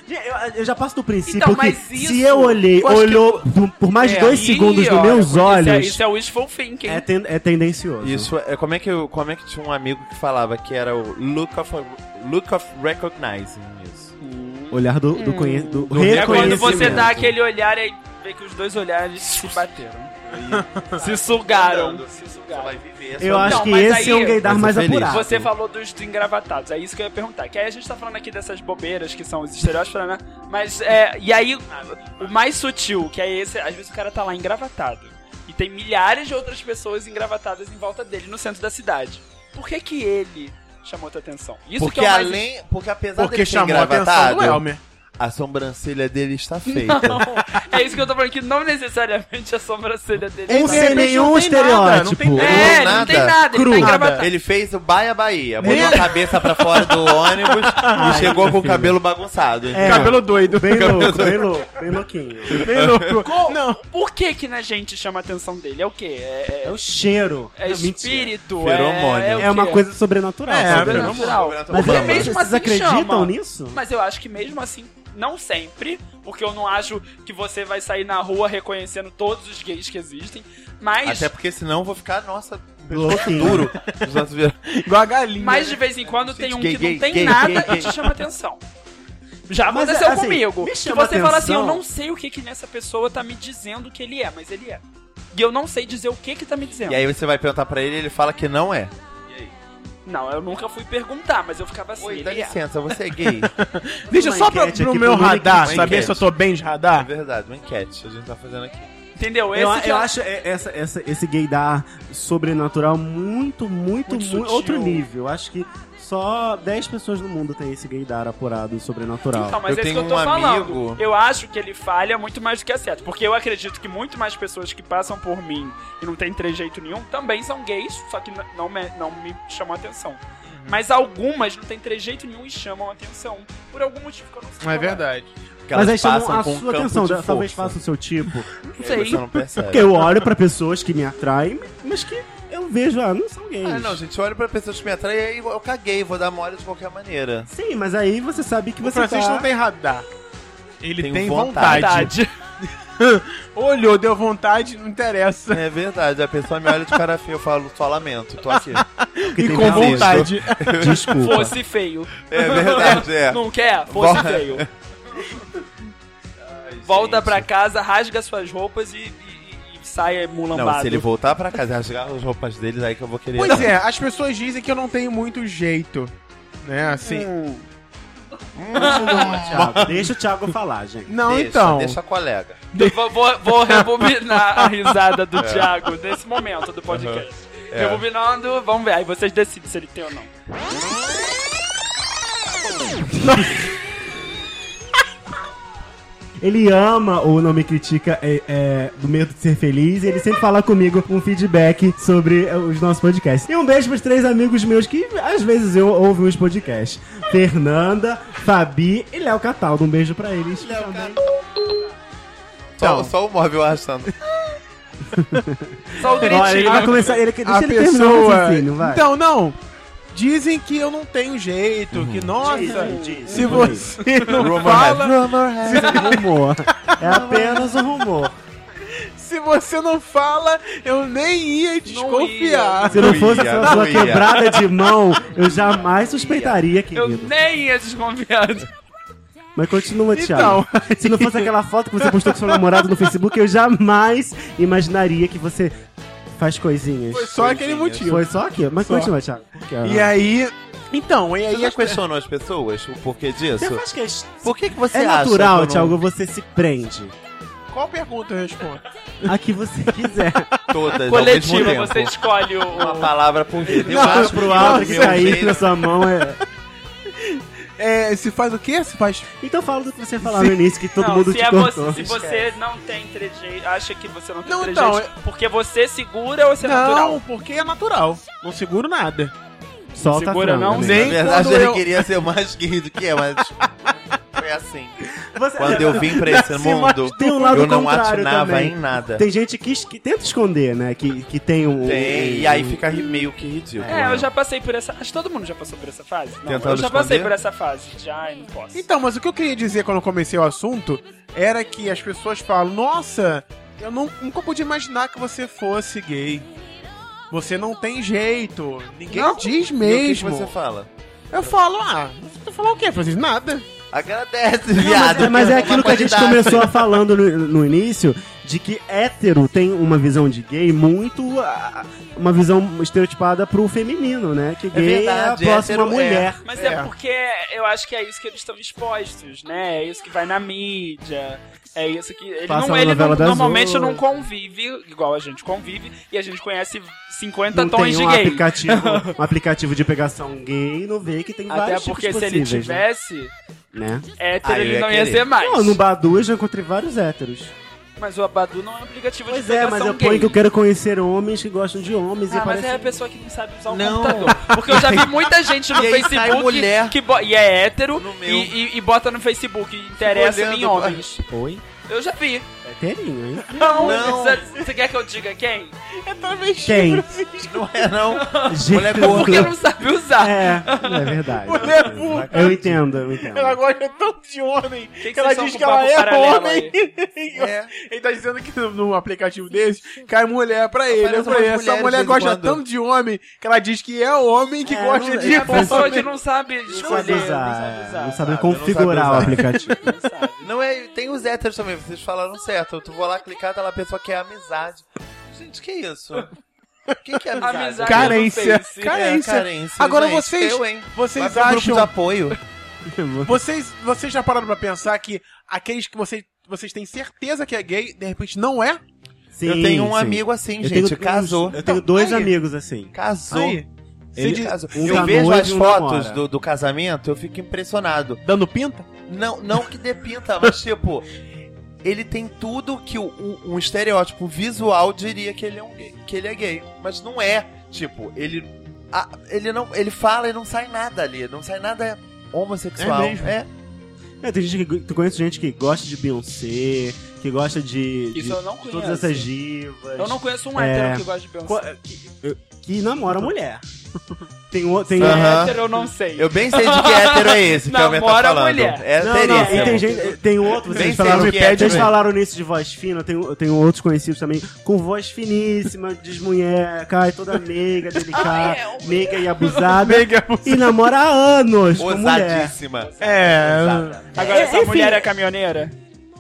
Speaker 2: Eu, eu já passo do princípio
Speaker 3: Então,
Speaker 2: que
Speaker 3: mas isso-
Speaker 2: se eu olhei,
Speaker 3: eu acho
Speaker 2: olhou por, por mais de
Speaker 3: É,
Speaker 2: dois
Speaker 3: aí,
Speaker 2: segundos nos
Speaker 3: olha,
Speaker 2: meus
Speaker 3: isso é-
Speaker 2: olhos,
Speaker 3: Isso é wishful thinking.
Speaker 2: é, ten- é tendencioso.
Speaker 4: Isso é como é que eu- como é que tinha um amigo que falava que era o look of look of recognizing isso.
Speaker 2: Olhar do, do, conhe- do
Speaker 3: É quando
Speaker 2: reconhecimento.
Speaker 3: você dá aquele olhar e aí vê que os dois olhares se bateram. se sugaram. Se
Speaker 4: Você
Speaker 3: sugaram.
Speaker 4: vai viver essa
Speaker 2: Eu acho
Speaker 3: Não,
Speaker 2: que
Speaker 3: mas
Speaker 2: esse
Speaker 3: aí-
Speaker 2: é um gaydar
Speaker 4: Vai
Speaker 2: mais
Speaker 4: ser feliz.
Speaker 2: apurado.
Speaker 3: Você falou dos engravatados, é isso que eu ia perguntar. Que aí a gente tá falando aqui dessas bobeiras que são os estereótipos, né? Mas, é, e aí, o mais sutil, que é esse, às vezes o cara tá lá engravatado. E tem milhares de outras pessoas engravatadas em volta dele no centro da cidade. Por que que ele chamou tua atenção? Isso
Speaker 4: Porque
Speaker 3: que é o mais...
Speaker 4: além, porque apesar
Speaker 1: Porque
Speaker 4: dele ser
Speaker 1: chamou a atenção do
Speaker 4: engravatado,
Speaker 1: Elmer.
Speaker 4: a sobrancelha dele está feita.
Speaker 3: Não, é isso que eu tô falando, que não necessariamente a sobrancelha dele
Speaker 4: Um
Speaker 2: Ou
Speaker 3: tá-
Speaker 2: sem
Speaker 1: repente não
Speaker 2: nenhum
Speaker 1: tem nada, não
Speaker 2: estereótipo.
Speaker 1: tem nada.
Speaker 3: É,
Speaker 4: Não,
Speaker 3: não tem
Speaker 4: nada.
Speaker 3: nada,
Speaker 2: Cru.
Speaker 3: ele tá
Speaker 1: Nada.
Speaker 3: engravatado.
Speaker 4: Ele fez o Baia Bahia, botou
Speaker 1: Nem-
Speaker 4: a cabeça pra fora do ônibus e chegou com o cabelo bagunçado.
Speaker 2: É.
Speaker 1: Cabelo doido.
Speaker 2: Bem
Speaker 1: Cabelo
Speaker 2: louco,
Speaker 1: doido.
Speaker 2: bem louco, bem louquinho.
Speaker 1: Bem louco.
Speaker 3: Co-
Speaker 1: Não.
Speaker 3: Por que que na gente chama a atenção dele? É o quê? É,
Speaker 2: É
Speaker 3: é,
Speaker 2: o cheiro.
Speaker 3: é
Speaker 2: Não, mentira.
Speaker 3: espírito?
Speaker 4: Feromônio.
Speaker 3: É, é o
Speaker 2: É uma
Speaker 3: quê?
Speaker 2: coisa sobrenatural.
Speaker 1: É,
Speaker 2: sabe?
Speaker 1: sobrenatural.
Speaker 3: Sobrenatural.
Speaker 2: Mas
Speaker 3: Porque
Speaker 2: é
Speaker 3: mesmo
Speaker 2: mesmo vocês
Speaker 3: assim
Speaker 2: acreditam
Speaker 3: chama.
Speaker 2: nisso?
Speaker 3: Mas eu acho que mesmo assim, não sempre, porque eu não acho que você vai sair na rua reconhecendo todos os gays que existem, mas,
Speaker 4: Até porque senão eu vou ficar, nossa, pescoço
Speaker 2: Louquinho.
Speaker 4: duro. Os outros viram-
Speaker 1: Igual a galinha.
Speaker 3: mas de vez em quando tem
Speaker 4: Gente,
Speaker 3: um
Speaker 4: gay,
Speaker 3: que
Speaker 4: gay,
Speaker 3: não tem
Speaker 4: gay,
Speaker 3: nada
Speaker 4: gay,
Speaker 3: e
Speaker 4: gay.
Speaker 3: te chama atenção. Já
Speaker 2: Mas,
Speaker 3: aconteceu
Speaker 2: assim,
Speaker 3: comigo.
Speaker 2: me
Speaker 3: Que você
Speaker 2: chama
Speaker 3: fala assim,
Speaker 2: atenção-
Speaker 3: eu não sei o que que nessa pessoa tá me dizendo que ele é, mas ele é. E eu não sei dizer o que que tá me dizendo.
Speaker 4: E aí você vai perguntar pra ele, ele fala que não é.
Speaker 3: Não, eu nunca fui perguntar, mas eu ficava assim,
Speaker 4: Oi, dá
Speaker 3: ele é.
Speaker 4: licença, você é gay.
Speaker 1: Deixa
Speaker 2: Uma
Speaker 1: só pra,
Speaker 2: enquete
Speaker 1: pro
Speaker 2: aqui
Speaker 1: meu
Speaker 2: pro
Speaker 1: radar,
Speaker 4: Nick.
Speaker 1: saber
Speaker 4: Uma
Speaker 1: se eu tô bem de
Speaker 4: É
Speaker 1: radar.
Speaker 4: verdade, uma enquete a gente tá fazendo aqui.
Speaker 3: Entendeu? Esse
Speaker 2: Eu,
Speaker 3: que
Speaker 2: eu
Speaker 3: é o-
Speaker 2: acho é- essa, essa, esse gaydar sobrenatural muito, muito,
Speaker 3: Muito
Speaker 2: muito,
Speaker 3: sutil.
Speaker 2: outro nível. Eu Acho que só 10 pessoas no mundo tem esse gaydar apurado sobrenatural.
Speaker 3: Então, mas é
Speaker 4: Eu
Speaker 3: isso que
Speaker 4: tenho
Speaker 3: eu tô
Speaker 4: um
Speaker 3: falando.
Speaker 4: amigo-
Speaker 3: Eu acho que ele falha muito mais do que acerta. Porque eu acredito que muito mais pessoas que passam por mim e não tem trejeito nenhum também são gays, só que n- não me, não me chamam a atenção.
Speaker 4: Uhum.
Speaker 3: Mas algumas não tem trejeito nenhum e chamam a atenção. Por algum motivo que eu não sei.
Speaker 1: É
Speaker 3: qual
Speaker 1: verdade.
Speaker 4: Porque
Speaker 2: mas aí
Speaker 4: elas
Speaker 2: chamam
Speaker 4: passam
Speaker 2: a
Speaker 4: com um
Speaker 2: sua
Speaker 4: campo
Speaker 2: atenção,
Speaker 4: de
Speaker 2: da- talvez
Speaker 4: força. É.
Speaker 2: faça o seu tipo.
Speaker 3: Não
Speaker 4: E aí
Speaker 3: sei.
Speaker 4: Você não percebe.
Speaker 2: Porque eu olho pra pessoas que me atraem, mas que eu vejo, ah, não são gays.
Speaker 4: Ah, não, gente, eu olho pra pessoas que me atraem e aí eu caguei, vou dar mole de qualquer maneira.
Speaker 2: Sim, mas aí você sabe que
Speaker 1: O
Speaker 2: você
Speaker 1: Francisco
Speaker 2: tá...
Speaker 1: não tem radar. Ele
Speaker 4: Tenho
Speaker 1: tem
Speaker 4: vontade.
Speaker 1: vontade.
Speaker 3: Verdade.
Speaker 1: Olhou, deu vontade, não interessa.
Speaker 4: É verdade, a pessoa me olha de cara feia, eu falo, só lamento, tô aqui.
Speaker 2: Porque
Speaker 1: e
Speaker 2: tem
Speaker 1: com
Speaker 2: razão.
Speaker 1: vontade.
Speaker 2: Desculpa.
Speaker 3: Fosse feio.
Speaker 4: É verdade, é.
Speaker 3: Não quer? Fosse
Speaker 4: Bora.
Speaker 3: feio. Volta pra casa, rasga suas roupas e, e, e sai mulambado.
Speaker 4: Não, se ele voltar pra casa e rasgar as roupas deles, aí que eu vou querer.
Speaker 1: Pois é, as pessoas dizem que eu não tenho muito jeito. Né, assim.
Speaker 2: Hum, Thiago, Hum, Deixa o Thiago falar, gente.
Speaker 1: Não,
Speaker 4: Deixa,
Speaker 1: então.
Speaker 4: Deixa a colega.
Speaker 3: Eu Vou, vou, vou rebobinar a risada do Thiago nesse momento do podcast.
Speaker 4: É.
Speaker 3: Rebobinando, vamos ver. Aí vocês decidem se ele tem ou não.
Speaker 2: Ele ama ou não me critica é, é, do medo de ser feliz e ele sempre fala comigo um feedback sobre é, os nossos podcasts. E um beijo pros três amigos meus que às vezes eu ouvo os podcasts. Fernanda, Fabi e Léo Cataldo. Um beijo pra eles. também. Então.
Speaker 4: Só, só o móvel arrastando.
Speaker 2: É
Speaker 3: Só o
Speaker 2: Olha, ele vai
Speaker 3: gritinho.
Speaker 2: começar. Ele, deixa
Speaker 1: a
Speaker 2: ele terminar o
Speaker 1: pessoa.
Speaker 2: raciocínio, vai.
Speaker 1: Então, não. Dizem que eu não tenho jeito, que nossa. Se você não fala,
Speaker 2: rumor. É apenas um rumor.
Speaker 1: se você não fala, eu nem ia desconfiar.
Speaker 2: Se não fosse essa
Speaker 4: Não
Speaker 2: sua
Speaker 4: ia.
Speaker 2: quebrada de mão, eu jamais suspeitaria,
Speaker 3: Eu
Speaker 2: querido.
Speaker 3: nem ia desconfiado.
Speaker 2: Mas continua, Thiago.
Speaker 1: Então.
Speaker 2: Se não fosse aquela foto que você postou com seu namorado no Facebook, eu jamais imaginaria que você faz coisinhas.
Speaker 1: Foi só aquele
Speaker 4: Coisinhas.
Speaker 1: motivo.
Speaker 2: Foi só aqui. Mas
Speaker 1: Só.
Speaker 2: continua, Thiago.
Speaker 1: E
Speaker 4: é
Speaker 1: aí. Então, e aí
Speaker 4: Você já
Speaker 1: as pessoas.
Speaker 4: questionou as pessoas o porquê
Speaker 2: Você
Speaker 4: disso?
Speaker 2: faz questão.
Speaker 4: Por que, que você
Speaker 2: É
Speaker 4: acha?
Speaker 2: natural,
Speaker 4: que eu não-
Speaker 2: Thiago, você se prende
Speaker 1: Qual pergunta eu respondo?
Speaker 2: a que você quiser.
Speaker 4: Todas, ao mesmo
Speaker 3: Coletiva,
Speaker 4: tempo.
Speaker 3: você escolhe o.
Speaker 4: Uma palavra por vez. Eu
Speaker 1: Não,
Speaker 4: acho
Speaker 2: pro
Speaker 4: que
Speaker 2: alto
Speaker 4: meu
Speaker 2: que cair
Speaker 4: jeito-
Speaker 2: na sua mão é.
Speaker 1: É, se faz o quê? Se faz.
Speaker 2: Então fala do que você falava no início, que todo mundo
Speaker 3: se,
Speaker 2: te
Speaker 3: é
Speaker 2: cortou.
Speaker 3: você, se você não tem trejeito, acha que você não tem
Speaker 1: Não,
Speaker 3: trejeito,
Speaker 1: então,
Speaker 2: é-
Speaker 3: porque você segura ou você é
Speaker 1: Não,
Speaker 3: natural?
Speaker 1: porque é natural. Não seguro nada.
Speaker 2: Solta
Speaker 3: Segura
Speaker 2: a franga,
Speaker 3: não,
Speaker 2: né?
Speaker 1: nem
Speaker 4: Na verdade,
Speaker 1: quando
Speaker 4: ele
Speaker 1: eu-
Speaker 4: queria ser mais gay do que é, mas foi assim.
Speaker 2: Você-
Speaker 4: Quando eu vim pra esse mundo,
Speaker 2: tem um lado
Speaker 4: eu não
Speaker 2: contrário
Speaker 4: atinava
Speaker 2: também.
Speaker 4: em nada.
Speaker 2: Tem gente que, es- que tenta esconder, né? Que, que tem um.
Speaker 4: Tem, e aí fica ri- meio que ridículo.
Speaker 3: É,
Speaker 4: né?
Speaker 3: eu já passei por essa. Acho que todo mundo já passou por essa fase. Não,
Speaker 4: Tentando
Speaker 3: eu já passei
Speaker 4: esconder?
Speaker 3: por essa fase. Já, ai, não posso.
Speaker 1: Então, mas o que eu queria dizer quando eu comecei o assunto era que as pessoas falam: Nossa, eu não- nunca pude imaginar que você fosse gay. Você não tem jeito. Ninguém
Speaker 4: Não.
Speaker 1: diz
Speaker 4: E
Speaker 1: mesmo.
Speaker 4: O que que você fala?
Speaker 1: Eu falo: Ah, tu falou o quê? Francisco? Nada.
Speaker 4: Agradece,
Speaker 2: Não, mas-
Speaker 4: viado.
Speaker 2: mas, é aquilo que a gente começou a falando no, no início, de que hétero tem uma visão de gay muito. ah, uma visão estereotipada pro feminino, né? Que gay é,
Speaker 4: verdade,
Speaker 2: a próxima
Speaker 4: hétero é.
Speaker 2: mulher.
Speaker 3: Mas é.
Speaker 1: É.
Speaker 3: porque eu acho que é isso que eles estão expostos, né? É isso que vai na mídia. É isso que. Ele
Speaker 2: Passa
Speaker 3: não,
Speaker 2: na
Speaker 3: ele
Speaker 2: novela
Speaker 3: não,
Speaker 2: das
Speaker 3: normalmente
Speaker 2: oito.
Speaker 3: não convive, igual a gente convive, e a gente conhece 50
Speaker 2: Não
Speaker 3: tons
Speaker 2: tem
Speaker 3: de
Speaker 2: um
Speaker 3: gay.
Speaker 2: aplicativo, um aplicativo de pegação gay não vê que tem
Speaker 3: Até
Speaker 2: vários
Speaker 3: porque
Speaker 2: tipos
Speaker 3: se ele
Speaker 2: possíveis, né?
Speaker 3: tivesse,
Speaker 2: né?
Speaker 3: hétero
Speaker 4: Aí eu
Speaker 3: ele
Speaker 4: ia
Speaker 3: não ia
Speaker 4: querer.
Speaker 3: ser mais.
Speaker 2: Não, no Badu eu já encontrei vários héteros.
Speaker 3: Mas o Abadu não é um aplicativo de
Speaker 2: Pois é,
Speaker 3: pegação
Speaker 2: mas eu
Speaker 3: gay.
Speaker 2: ponho que eu quero conhecer homens que gostam de homens e
Speaker 3: Ah, mas
Speaker 2: parece
Speaker 3: é a pessoa que não sabe usar o
Speaker 4: Não.
Speaker 3: computador. Porque eu já vi muita gente no
Speaker 4: E aí sai
Speaker 3: Facebook
Speaker 4: mulher
Speaker 3: que bo- e é hétero
Speaker 4: no meu.
Speaker 3: e, e- e bota no Facebook interessa em
Speaker 4: olhando,
Speaker 3: homens.
Speaker 2: Oi?
Speaker 3: Eu já vi.
Speaker 2: É terinho, hein?
Speaker 3: Não,
Speaker 4: Não.
Speaker 3: Você, você quer que eu diga quem?
Speaker 1: É talvez
Speaker 2: Quem?
Speaker 4: Não é, não. Mulher
Speaker 2: Gente,
Speaker 4: gorda.
Speaker 3: Porque não sabe usar.
Speaker 2: É, é verdade.
Speaker 1: Mulher burra.
Speaker 2: Eu entendo, eu entendo.
Speaker 1: Ela gosta tanto de homem.
Speaker 3: que
Speaker 1: que ela
Speaker 3: vocês
Speaker 1: diz
Speaker 3: são
Speaker 1: que
Speaker 3: com
Speaker 1: ela
Speaker 3: papo
Speaker 1: é
Speaker 3: paralelo
Speaker 1: homem.
Speaker 4: É.
Speaker 1: Ele tá dizendo que num aplicativo desse cai mulher pra ele. Eu
Speaker 4: Aparecem
Speaker 1: falei,
Speaker 4: umas
Speaker 1: essa
Speaker 4: mulheres
Speaker 1: mulher
Speaker 4: de vez em
Speaker 1: gosta
Speaker 4: quando.
Speaker 1: tanto de homem que ela diz que é homem que
Speaker 2: É,
Speaker 1: gosta
Speaker 2: não-
Speaker 1: de
Speaker 2: é
Speaker 3: A pessoa
Speaker 1: homem.
Speaker 3: que não sabe
Speaker 2: Não sabe
Speaker 3: escolher, não sabe
Speaker 2: usar, é.
Speaker 3: usar.
Speaker 2: não sabe
Speaker 4: Sabe,
Speaker 2: configurar
Speaker 4: não
Speaker 2: o
Speaker 4: sabe
Speaker 2: aplicativo.
Speaker 3: Não sabe.
Speaker 4: Não é, tem os héteros também, vocês falaram certo. Eu vou lá clicar, tá lá a pessoa que é amizade. Gente, que isso? O que, que é amizade?
Speaker 3: Amizade.
Speaker 1: Carência.
Speaker 3: no Face.
Speaker 4: É, carência.
Speaker 1: Carência. Agora
Speaker 4: gente,
Speaker 1: vocês-
Speaker 4: eu, hein?
Speaker 1: vocês
Speaker 4: Vai pro um grupo
Speaker 1: acham-
Speaker 4: de apoio.
Speaker 1: Vocês, vocês já pararam pra pensar que aqueles que vocês, vocês têm certeza que é gay, de repente não é?
Speaker 2: Sim,
Speaker 4: eu tenho um
Speaker 2: sim.
Speaker 4: amigo assim,
Speaker 2: Eu
Speaker 4: gente.
Speaker 2: tenho-
Speaker 4: Casou.
Speaker 2: Eu tenho dois
Speaker 1: Aí.
Speaker 2: amigos assim.
Speaker 4: Casou.
Speaker 1: Aí, se
Speaker 4: Ele
Speaker 1: diz-
Speaker 4: casou.
Speaker 2: um
Speaker 4: eu
Speaker 2: tá
Speaker 4: vejo
Speaker 2: noivo
Speaker 4: as
Speaker 2: e um
Speaker 4: fotos
Speaker 2: namora.
Speaker 4: do, do casamento, eu fico impressionado.
Speaker 1: dando pinta?
Speaker 4: Não, não que dê pinta, mas tipo, ele tem tudo que o- o- um estereótipo visual diria que ele é um gay, que ele é gay, mas não é. Tipo, ele a- ele não ele fala e não sai nada ali, não sai nada homossexual.
Speaker 1: É mesmo?
Speaker 2: É, tem gente que tu conhece gente que gosta de Beyoncé, que gosta de, de
Speaker 3: Isso eu não
Speaker 2: todas essas
Speaker 3: conheço.
Speaker 2: divas.
Speaker 3: Eu não conheço um
Speaker 2: É.
Speaker 3: hétero que gosta de
Speaker 2: Co-
Speaker 3: Beyoncé.
Speaker 2: que- eu- que namora mulher. Tem, o- tem
Speaker 4: Aham.
Speaker 3: Hétero eu não sei.
Speaker 4: Eu bem sei de que hétero é esse que a Almir tá
Speaker 3: Namora
Speaker 4: falando.
Speaker 3: mulher.
Speaker 4: É
Speaker 2: Não, não,
Speaker 4: teríssimo.
Speaker 2: e tem, gente, tem outro,
Speaker 4: Nem
Speaker 2: vocês falaram,
Speaker 4: sei o que é
Speaker 2: vocês
Speaker 4: também.
Speaker 2: falaram nisso de voz fina, tem, tem outros conhecidos também, com voz finíssima, desmunheca, e toda meiga, delicada, meiga e abusada,
Speaker 1: Mega-
Speaker 2: e namora há anos com é mulher. um-
Speaker 4: Ousadíssima.
Speaker 1: É.
Speaker 3: Agora, essa
Speaker 2: Enfim.
Speaker 3: mulher é caminhoneira?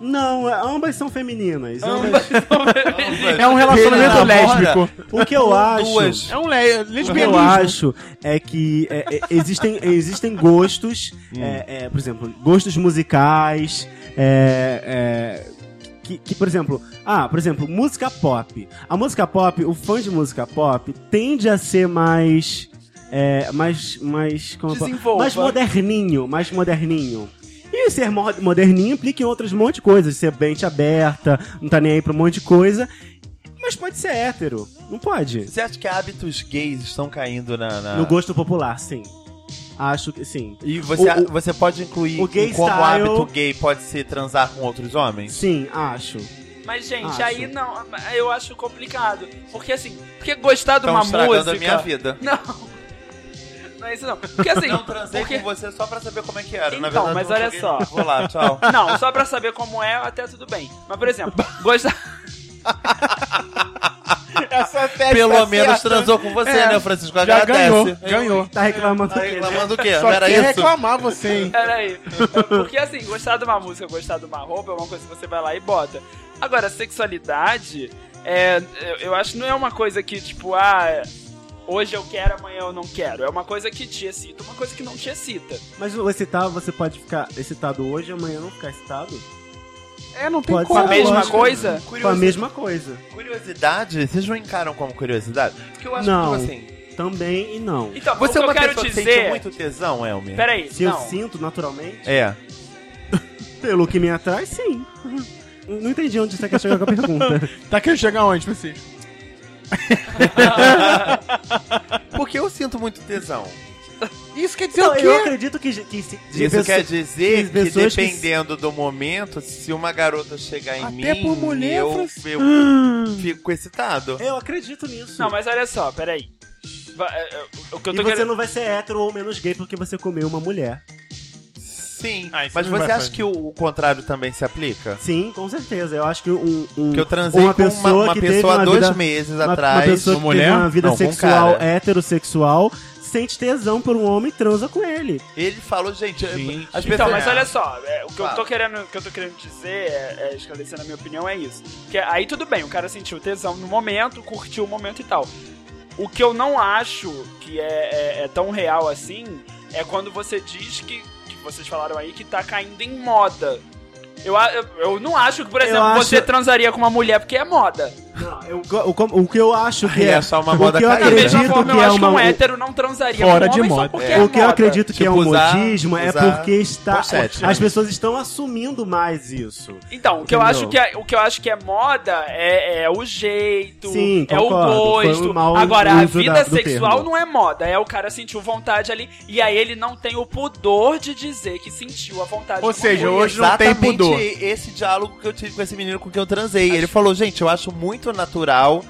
Speaker 2: Não, é, ambas são femininas. ambas-
Speaker 1: É um relacionamento
Speaker 4: Ele namora
Speaker 1: lésbico.
Speaker 2: O que eu acho...
Speaker 4: Duas.
Speaker 1: É um le...
Speaker 2: O que eu
Speaker 1: lesbianismo.
Speaker 2: acho é que é, é, existem, existem gostos,
Speaker 4: Hum.
Speaker 2: é, é, por exemplo, gostos musicais, é, é, que, que, por exemplo, ah, por exemplo, música pop. A música pop, o fã de música pop tende a ser mais, é, mais, mais, como eu posso-
Speaker 3: Desenvolva.
Speaker 2: mais moderninho, mais moderninho. E ser mo- moderninho implica em outras monte de coisas, ser mente aberta, não tá nem aí pra um monte de coisa. Mas pode ser hétero, não pode?
Speaker 4: Você acha que hábitos gays estão caindo na...
Speaker 3: Ah.
Speaker 4: na-
Speaker 2: No gosto popular, sim. Acho que sim.
Speaker 4: E você,
Speaker 2: O- o-
Speaker 4: você pode incluir
Speaker 2: o gay
Speaker 4: como
Speaker 2: style-
Speaker 4: hábito gay pode ser transar com outros homens?
Speaker 2: Sim, acho.
Speaker 3: Mas, gente,
Speaker 2: Acho.
Speaker 3: aí não, eu acho complicado. Porque assim, porque gostar de
Speaker 4: Estão
Speaker 3: uma
Speaker 4: estragando
Speaker 3: música.
Speaker 4: a minha vida.
Speaker 3: Não. Não é isso não. Porque assim.
Speaker 4: Não transei
Speaker 3: porque-
Speaker 4: com você só pra saber como é que era. Na
Speaker 3: Então,
Speaker 4: verdade,
Speaker 3: mas
Speaker 4: eu não
Speaker 3: olha
Speaker 4: joguei.
Speaker 3: só.
Speaker 4: Vou lá, tchau.
Speaker 3: Não, só pra saber como é, até tudo bem. Mas, por exemplo, gostar. É
Speaker 4: Pelo menos tá transou com você,
Speaker 1: É,
Speaker 4: né, Francisco?
Speaker 1: Já
Speaker 4: Agradece.
Speaker 1: ganhou, ganhou.
Speaker 2: Tá reclamando
Speaker 4: Tá
Speaker 2: do quê?
Speaker 4: reclamando o quê?
Speaker 1: Só
Speaker 4: Não era
Speaker 1: quer
Speaker 4: isso?
Speaker 1: reclamar você, hein?
Speaker 3: Peraí. Porque assim, gostar de uma música, gostar de uma roupa é uma coisa que você vai lá e bota. Agora, sexualidade, é, eu- eu acho que não é uma coisa que, tipo, ah. Hoje eu quero, amanhã eu não quero. É uma coisa que te excita, uma coisa que não te excita.
Speaker 2: Mas o excitado, você pode ficar excitado hoje, amanhã não ficar excitado?
Speaker 1: É, não tem
Speaker 2: Pode
Speaker 3: Com
Speaker 1: como.
Speaker 3: a mesma
Speaker 2: lógico.
Speaker 3: coisa,
Speaker 2: Com a mesma coisa.
Speaker 4: Curiosidade? Vocês não encaram como curiosidade? Porque eu acho
Speaker 2: Não.
Speaker 4: que, tipo assim...
Speaker 2: Também e não.
Speaker 3: Então,
Speaker 4: Você
Speaker 3: o
Speaker 4: é
Speaker 3: que
Speaker 4: uma
Speaker 3: eu quero
Speaker 4: pessoa que sente
Speaker 3: dizer.
Speaker 4: muito tesão, Elmer?
Speaker 3: Peraí,
Speaker 2: Se
Speaker 3: não.
Speaker 2: eu sinto naturalmente,
Speaker 4: É.
Speaker 2: pelo que me atrai, sim. Uhum. Não entendi onde você quer chegar com a pergunta.
Speaker 1: Tá querendo chegar onde, Francisco?
Speaker 4: Porque eu sinto muito tesão.
Speaker 1: Isso quer dizer é o
Speaker 2: Não,
Speaker 1: quê?
Speaker 2: Então, eu acredito que, que se. de
Speaker 4: Isso
Speaker 2: pessoa-
Speaker 4: quer dizer
Speaker 2: que
Speaker 4: que,
Speaker 2: pessoas que-
Speaker 4: dependendo do momento, se uma garota chegar em
Speaker 1: Até
Speaker 4: mim,
Speaker 1: por mulher,
Speaker 4: eu,
Speaker 1: Francisco.
Speaker 4: eu fico excitado.
Speaker 2: Eu acredito nisso.
Speaker 3: Não, mas olha só, peraí. Va- é, é, O que eu
Speaker 2: E
Speaker 3: tô
Speaker 2: você
Speaker 3: querendo.
Speaker 2: não vai ser hétero ou menos gay porque você comeu uma mulher.
Speaker 4: Sim,
Speaker 1: Ah, isso
Speaker 4: mas
Speaker 1: não
Speaker 4: você
Speaker 1: vai
Speaker 4: acha
Speaker 1: fazer.
Speaker 4: que o, o contrário também se aplica?
Speaker 2: Sim, com certeza. Eu acho que um. um
Speaker 4: Que eu transei
Speaker 2: uma
Speaker 4: com uma,
Speaker 2: pessoa
Speaker 4: uma
Speaker 2: que teve
Speaker 4: pessoa há
Speaker 2: uma
Speaker 4: dois
Speaker 2: vida-
Speaker 4: meses
Speaker 2: uma,
Speaker 4: atrás.
Speaker 2: Uma pessoa que
Speaker 1: uma
Speaker 2: tem
Speaker 1: mulher?
Speaker 2: uma vida
Speaker 4: Não, com
Speaker 2: sexual, é-
Speaker 4: cara.
Speaker 2: heterossexual, sente tesão por um homem e transa com ele.
Speaker 4: Ele falou, gente,
Speaker 1: Gente.
Speaker 4: as pessoas...
Speaker 3: Então, mas olha só, é, o que eu
Speaker 4: Fala.
Speaker 3: tô querendo, o que eu tô querendo dizer, é, é, esclarecendo a minha opinião, é isso. Que aí tudo bem, o cara sentiu tesão no momento, curtiu o momento e tal. O que eu não acho que é, é- é tão real assim é quando você diz que, que vocês falaram aí que tá caindo em moda. Eu, a- eu, eu não acho que, por
Speaker 2: Eu
Speaker 3: exemplo,
Speaker 2: acho-
Speaker 3: você transaria com uma mulher porque é moda.
Speaker 2: Não, eu go- o, com- o que eu acho que
Speaker 4: Aí
Speaker 2: é.
Speaker 4: é só uma
Speaker 2: o
Speaker 4: moda
Speaker 2: que eu
Speaker 4: caída.
Speaker 3: Da mesma
Speaker 2: acredito
Speaker 3: forma,
Speaker 2: que
Speaker 3: eu
Speaker 2: é
Speaker 3: acho que um
Speaker 2: uma. o-
Speaker 3: hétero não transaria
Speaker 1: Fora
Speaker 3: com um
Speaker 1: de
Speaker 3: homem só
Speaker 1: moda.
Speaker 3: porque
Speaker 4: É.
Speaker 3: é
Speaker 2: O que eu
Speaker 3: moda.
Speaker 2: acredito que é
Speaker 4: Tipo,
Speaker 2: um
Speaker 4: usar-
Speaker 2: modismo é
Speaker 4: usar
Speaker 2: porque está,
Speaker 4: pochete, né?
Speaker 2: as pessoas estão assumindo mais isso.
Speaker 3: Então, o que, eu
Speaker 2: Entendeu?
Speaker 3: acho que é, o que eu acho que é moda é, é o jeito,
Speaker 2: Sim,
Speaker 3: é o
Speaker 2: concordo, foi um
Speaker 3: gosto.
Speaker 2: mau
Speaker 3: Agora, a
Speaker 2: uso
Speaker 3: vida
Speaker 2: da- do
Speaker 3: sexual
Speaker 2: termo.
Speaker 3: não é moda, é o cara sentiu vontade ali e aí ele não tem o pudor de dizer que sentiu a vontade.
Speaker 1: Ou
Speaker 3: de uma
Speaker 1: seja,
Speaker 3: mulher.
Speaker 1: hoje não tem
Speaker 4: Exatamente
Speaker 1: pudor.
Speaker 4: esse diálogo que eu tive com esse menino com quem eu transei. Ele falou, gente, eu acho muito natural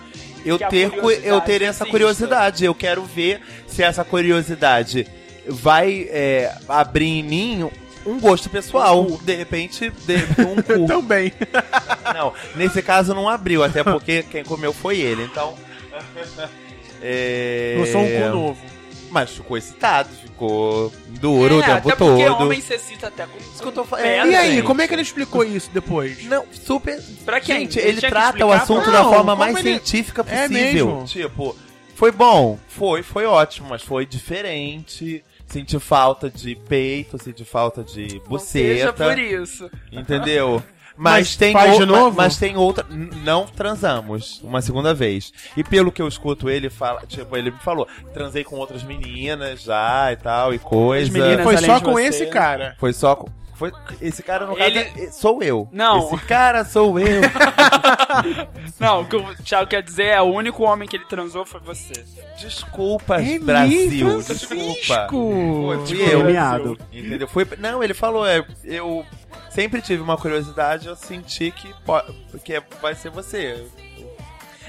Speaker 4: eu
Speaker 3: Que a
Speaker 4: ter, cu- eu ter
Speaker 3: curiosidade
Speaker 4: essa
Speaker 3: exista.
Speaker 4: curiosidade. Eu quero ver se essa curiosidade vai é, abrir em mim um gosto pessoal. De repente, de repente, um cu.
Speaker 1: Também.
Speaker 4: Não, nesse caso não abriu, até porque quem comeu foi ele, então. É...
Speaker 1: Eu sou um cu novo.
Speaker 4: Mas ficou excitado, ficou duro o
Speaker 3: é,
Speaker 4: tempo
Speaker 3: até porque
Speaker 4: todo.
Speaker 3: homem se excita até com isso
Speaker 4: que eu tô falando. É,
Speaker 1: E
Speaker 3: E
Speaker 1: aí,
Speaker 4: gente.
Speaker 1: como é que ele explicou isso depois?
Speaker 4: Não, super.
Speaker 3: Pra quem?
Speaker 4: Gente,
Speaker 3: Ele
Speaker 4: ele
Speaker 3: tinha que
Speaker 4: trata o
Speaker 3: explicar
Speaker 4: assunto
Speaker 1: pra-
Speaker 4: da
Speaker 1: Não,
Speaker 4: forma
Speaker 1: como
Speaker 4: mais
Speaker 1: ele-
Speaker 4: científica possível.
Speaker 1: É mesmo.
Speaker 4: Tipo, foi bom? Foi, foi ótimo, mas foi diferente. Senti falta de peito, senti falta de
Speaker 3: seja
Speaker 4: buceta.
Speaker 3: por isso.
Speaker 4: Entendeu? Mas,
Speaker 1: Mas
Speaker 4: tem
Speaker 1: faz de
Speaker 4: ou-
Speaker 1: novo?
Speaker 4: Mas, mas tem outra. N- Não transamos uma segunda vez. E pelo que eu escuto ele fala, tipo, ele me falou, transei com outras meninas já e tal, e coisa.
Speaker 3: meninas.
Speaker 1: Foi
Speaker 3: além
Speaker 1: só
Speaker 3: de
Speaker 1: com
Speaker 3: você.
Speaker 1: esse cara.
Speaker 4: Foi só com. Foi, esse cara, no caso,
Speaker 3: Ele-
Speaker 4: é- sou eu.
Speaker 3: Não.
Speaker 4: Esse cara sou eu.
Speaker 3: Não, o que o Thiago quer dizer é o único homem que ele transou foi você.
Speaker 4: Desculpa,
Speaker 1: Ei,
Speaker 4: Brasil. Desculpa. Foi,
Speaker 1: Francisco!
Speaker 4: fui
Speaker 2: Eu,
Speaker 4: eu.
Speaker 2: miado.
Speaker 4: Entendeu? Foi, não, ele falou, é, eu sempre tive uma curiosidade, eu senti que, po- que é- vai ser você.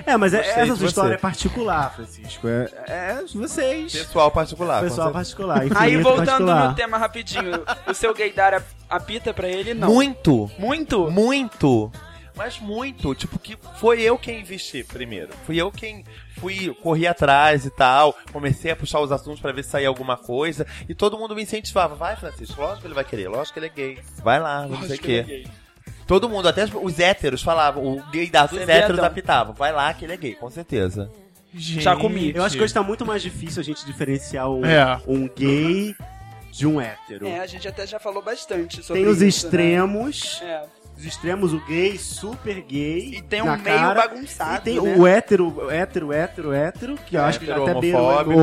Speaker 2: É, mas é-
Speaker 4: Gostei
Speaker 2: essa
Speaker 4: de
Speaker 2: sua história
Speaker 4: você.
Speaker 2: é particular, Francisco. É, é vocês.
Speaker 4: Pessoal particular.
Speaker 2: Pessoal
Speaker 4: Ah, com certeza.
Speaker 2: particular.
Speaker 3: Aí
Speaker 2: infinito é
Speaker 3: voltando
Speaker 2: tá particular.
Speaker 3: no tema rapidinho, o seu gaydar ap- apita pra ele? Não.
Speaker 4: Muito.
Speaker 3: Muito?
Speaker 4: Muito. Mas muito. Tipo, que foi eu quem investi primeiro. Fui eu quem fui, corri atrás e tal. Comecei a puxar os assuntos pra ver se saía alguma coisa. E todo mundo me incentivava. Vai, Francisco, lógico que ele vai querer, lógico que ele é gay. Vai lá, não sei o
Speaker 1: é
Speaker 4: quê. Todo mundo, até os- os héteros falavam, o gay da dos
Speaker 3: Você é
Speaker 4: héteros
Speaker 3: viadão.
Speaker 4: apitavam. Vai lá que ele é gay, com certeza.
Speaker 3: Já comi.
Speaker 2: Eu acho que hoje tá muito mais difícil a gente diferenciar um,
Speaker 1: É.
Speaker 2: um gay de um hétero.
Speaker 3: É, a gente até já falou bastante sobre
Speaker 2: Tem os
Speaker 3: isso,
Speaker 2: extremos.
Speaker 3: Né? É.
Speaker 2: Os extremos, o gay, super gay.
Speaker 3: E tem um
Speaker 2: na
Speaker 3: meio
Speaker 2: cara.
Speaker 3: bagunçado,
Speaker 2: E tem
Speaker 3: né?
Speaker 2: o hétero, hétero, hétero, hétero, que eu acho que já
Speaker 4: hétero,
Speaker 2: até beira o
Speaker 4: homofóbico.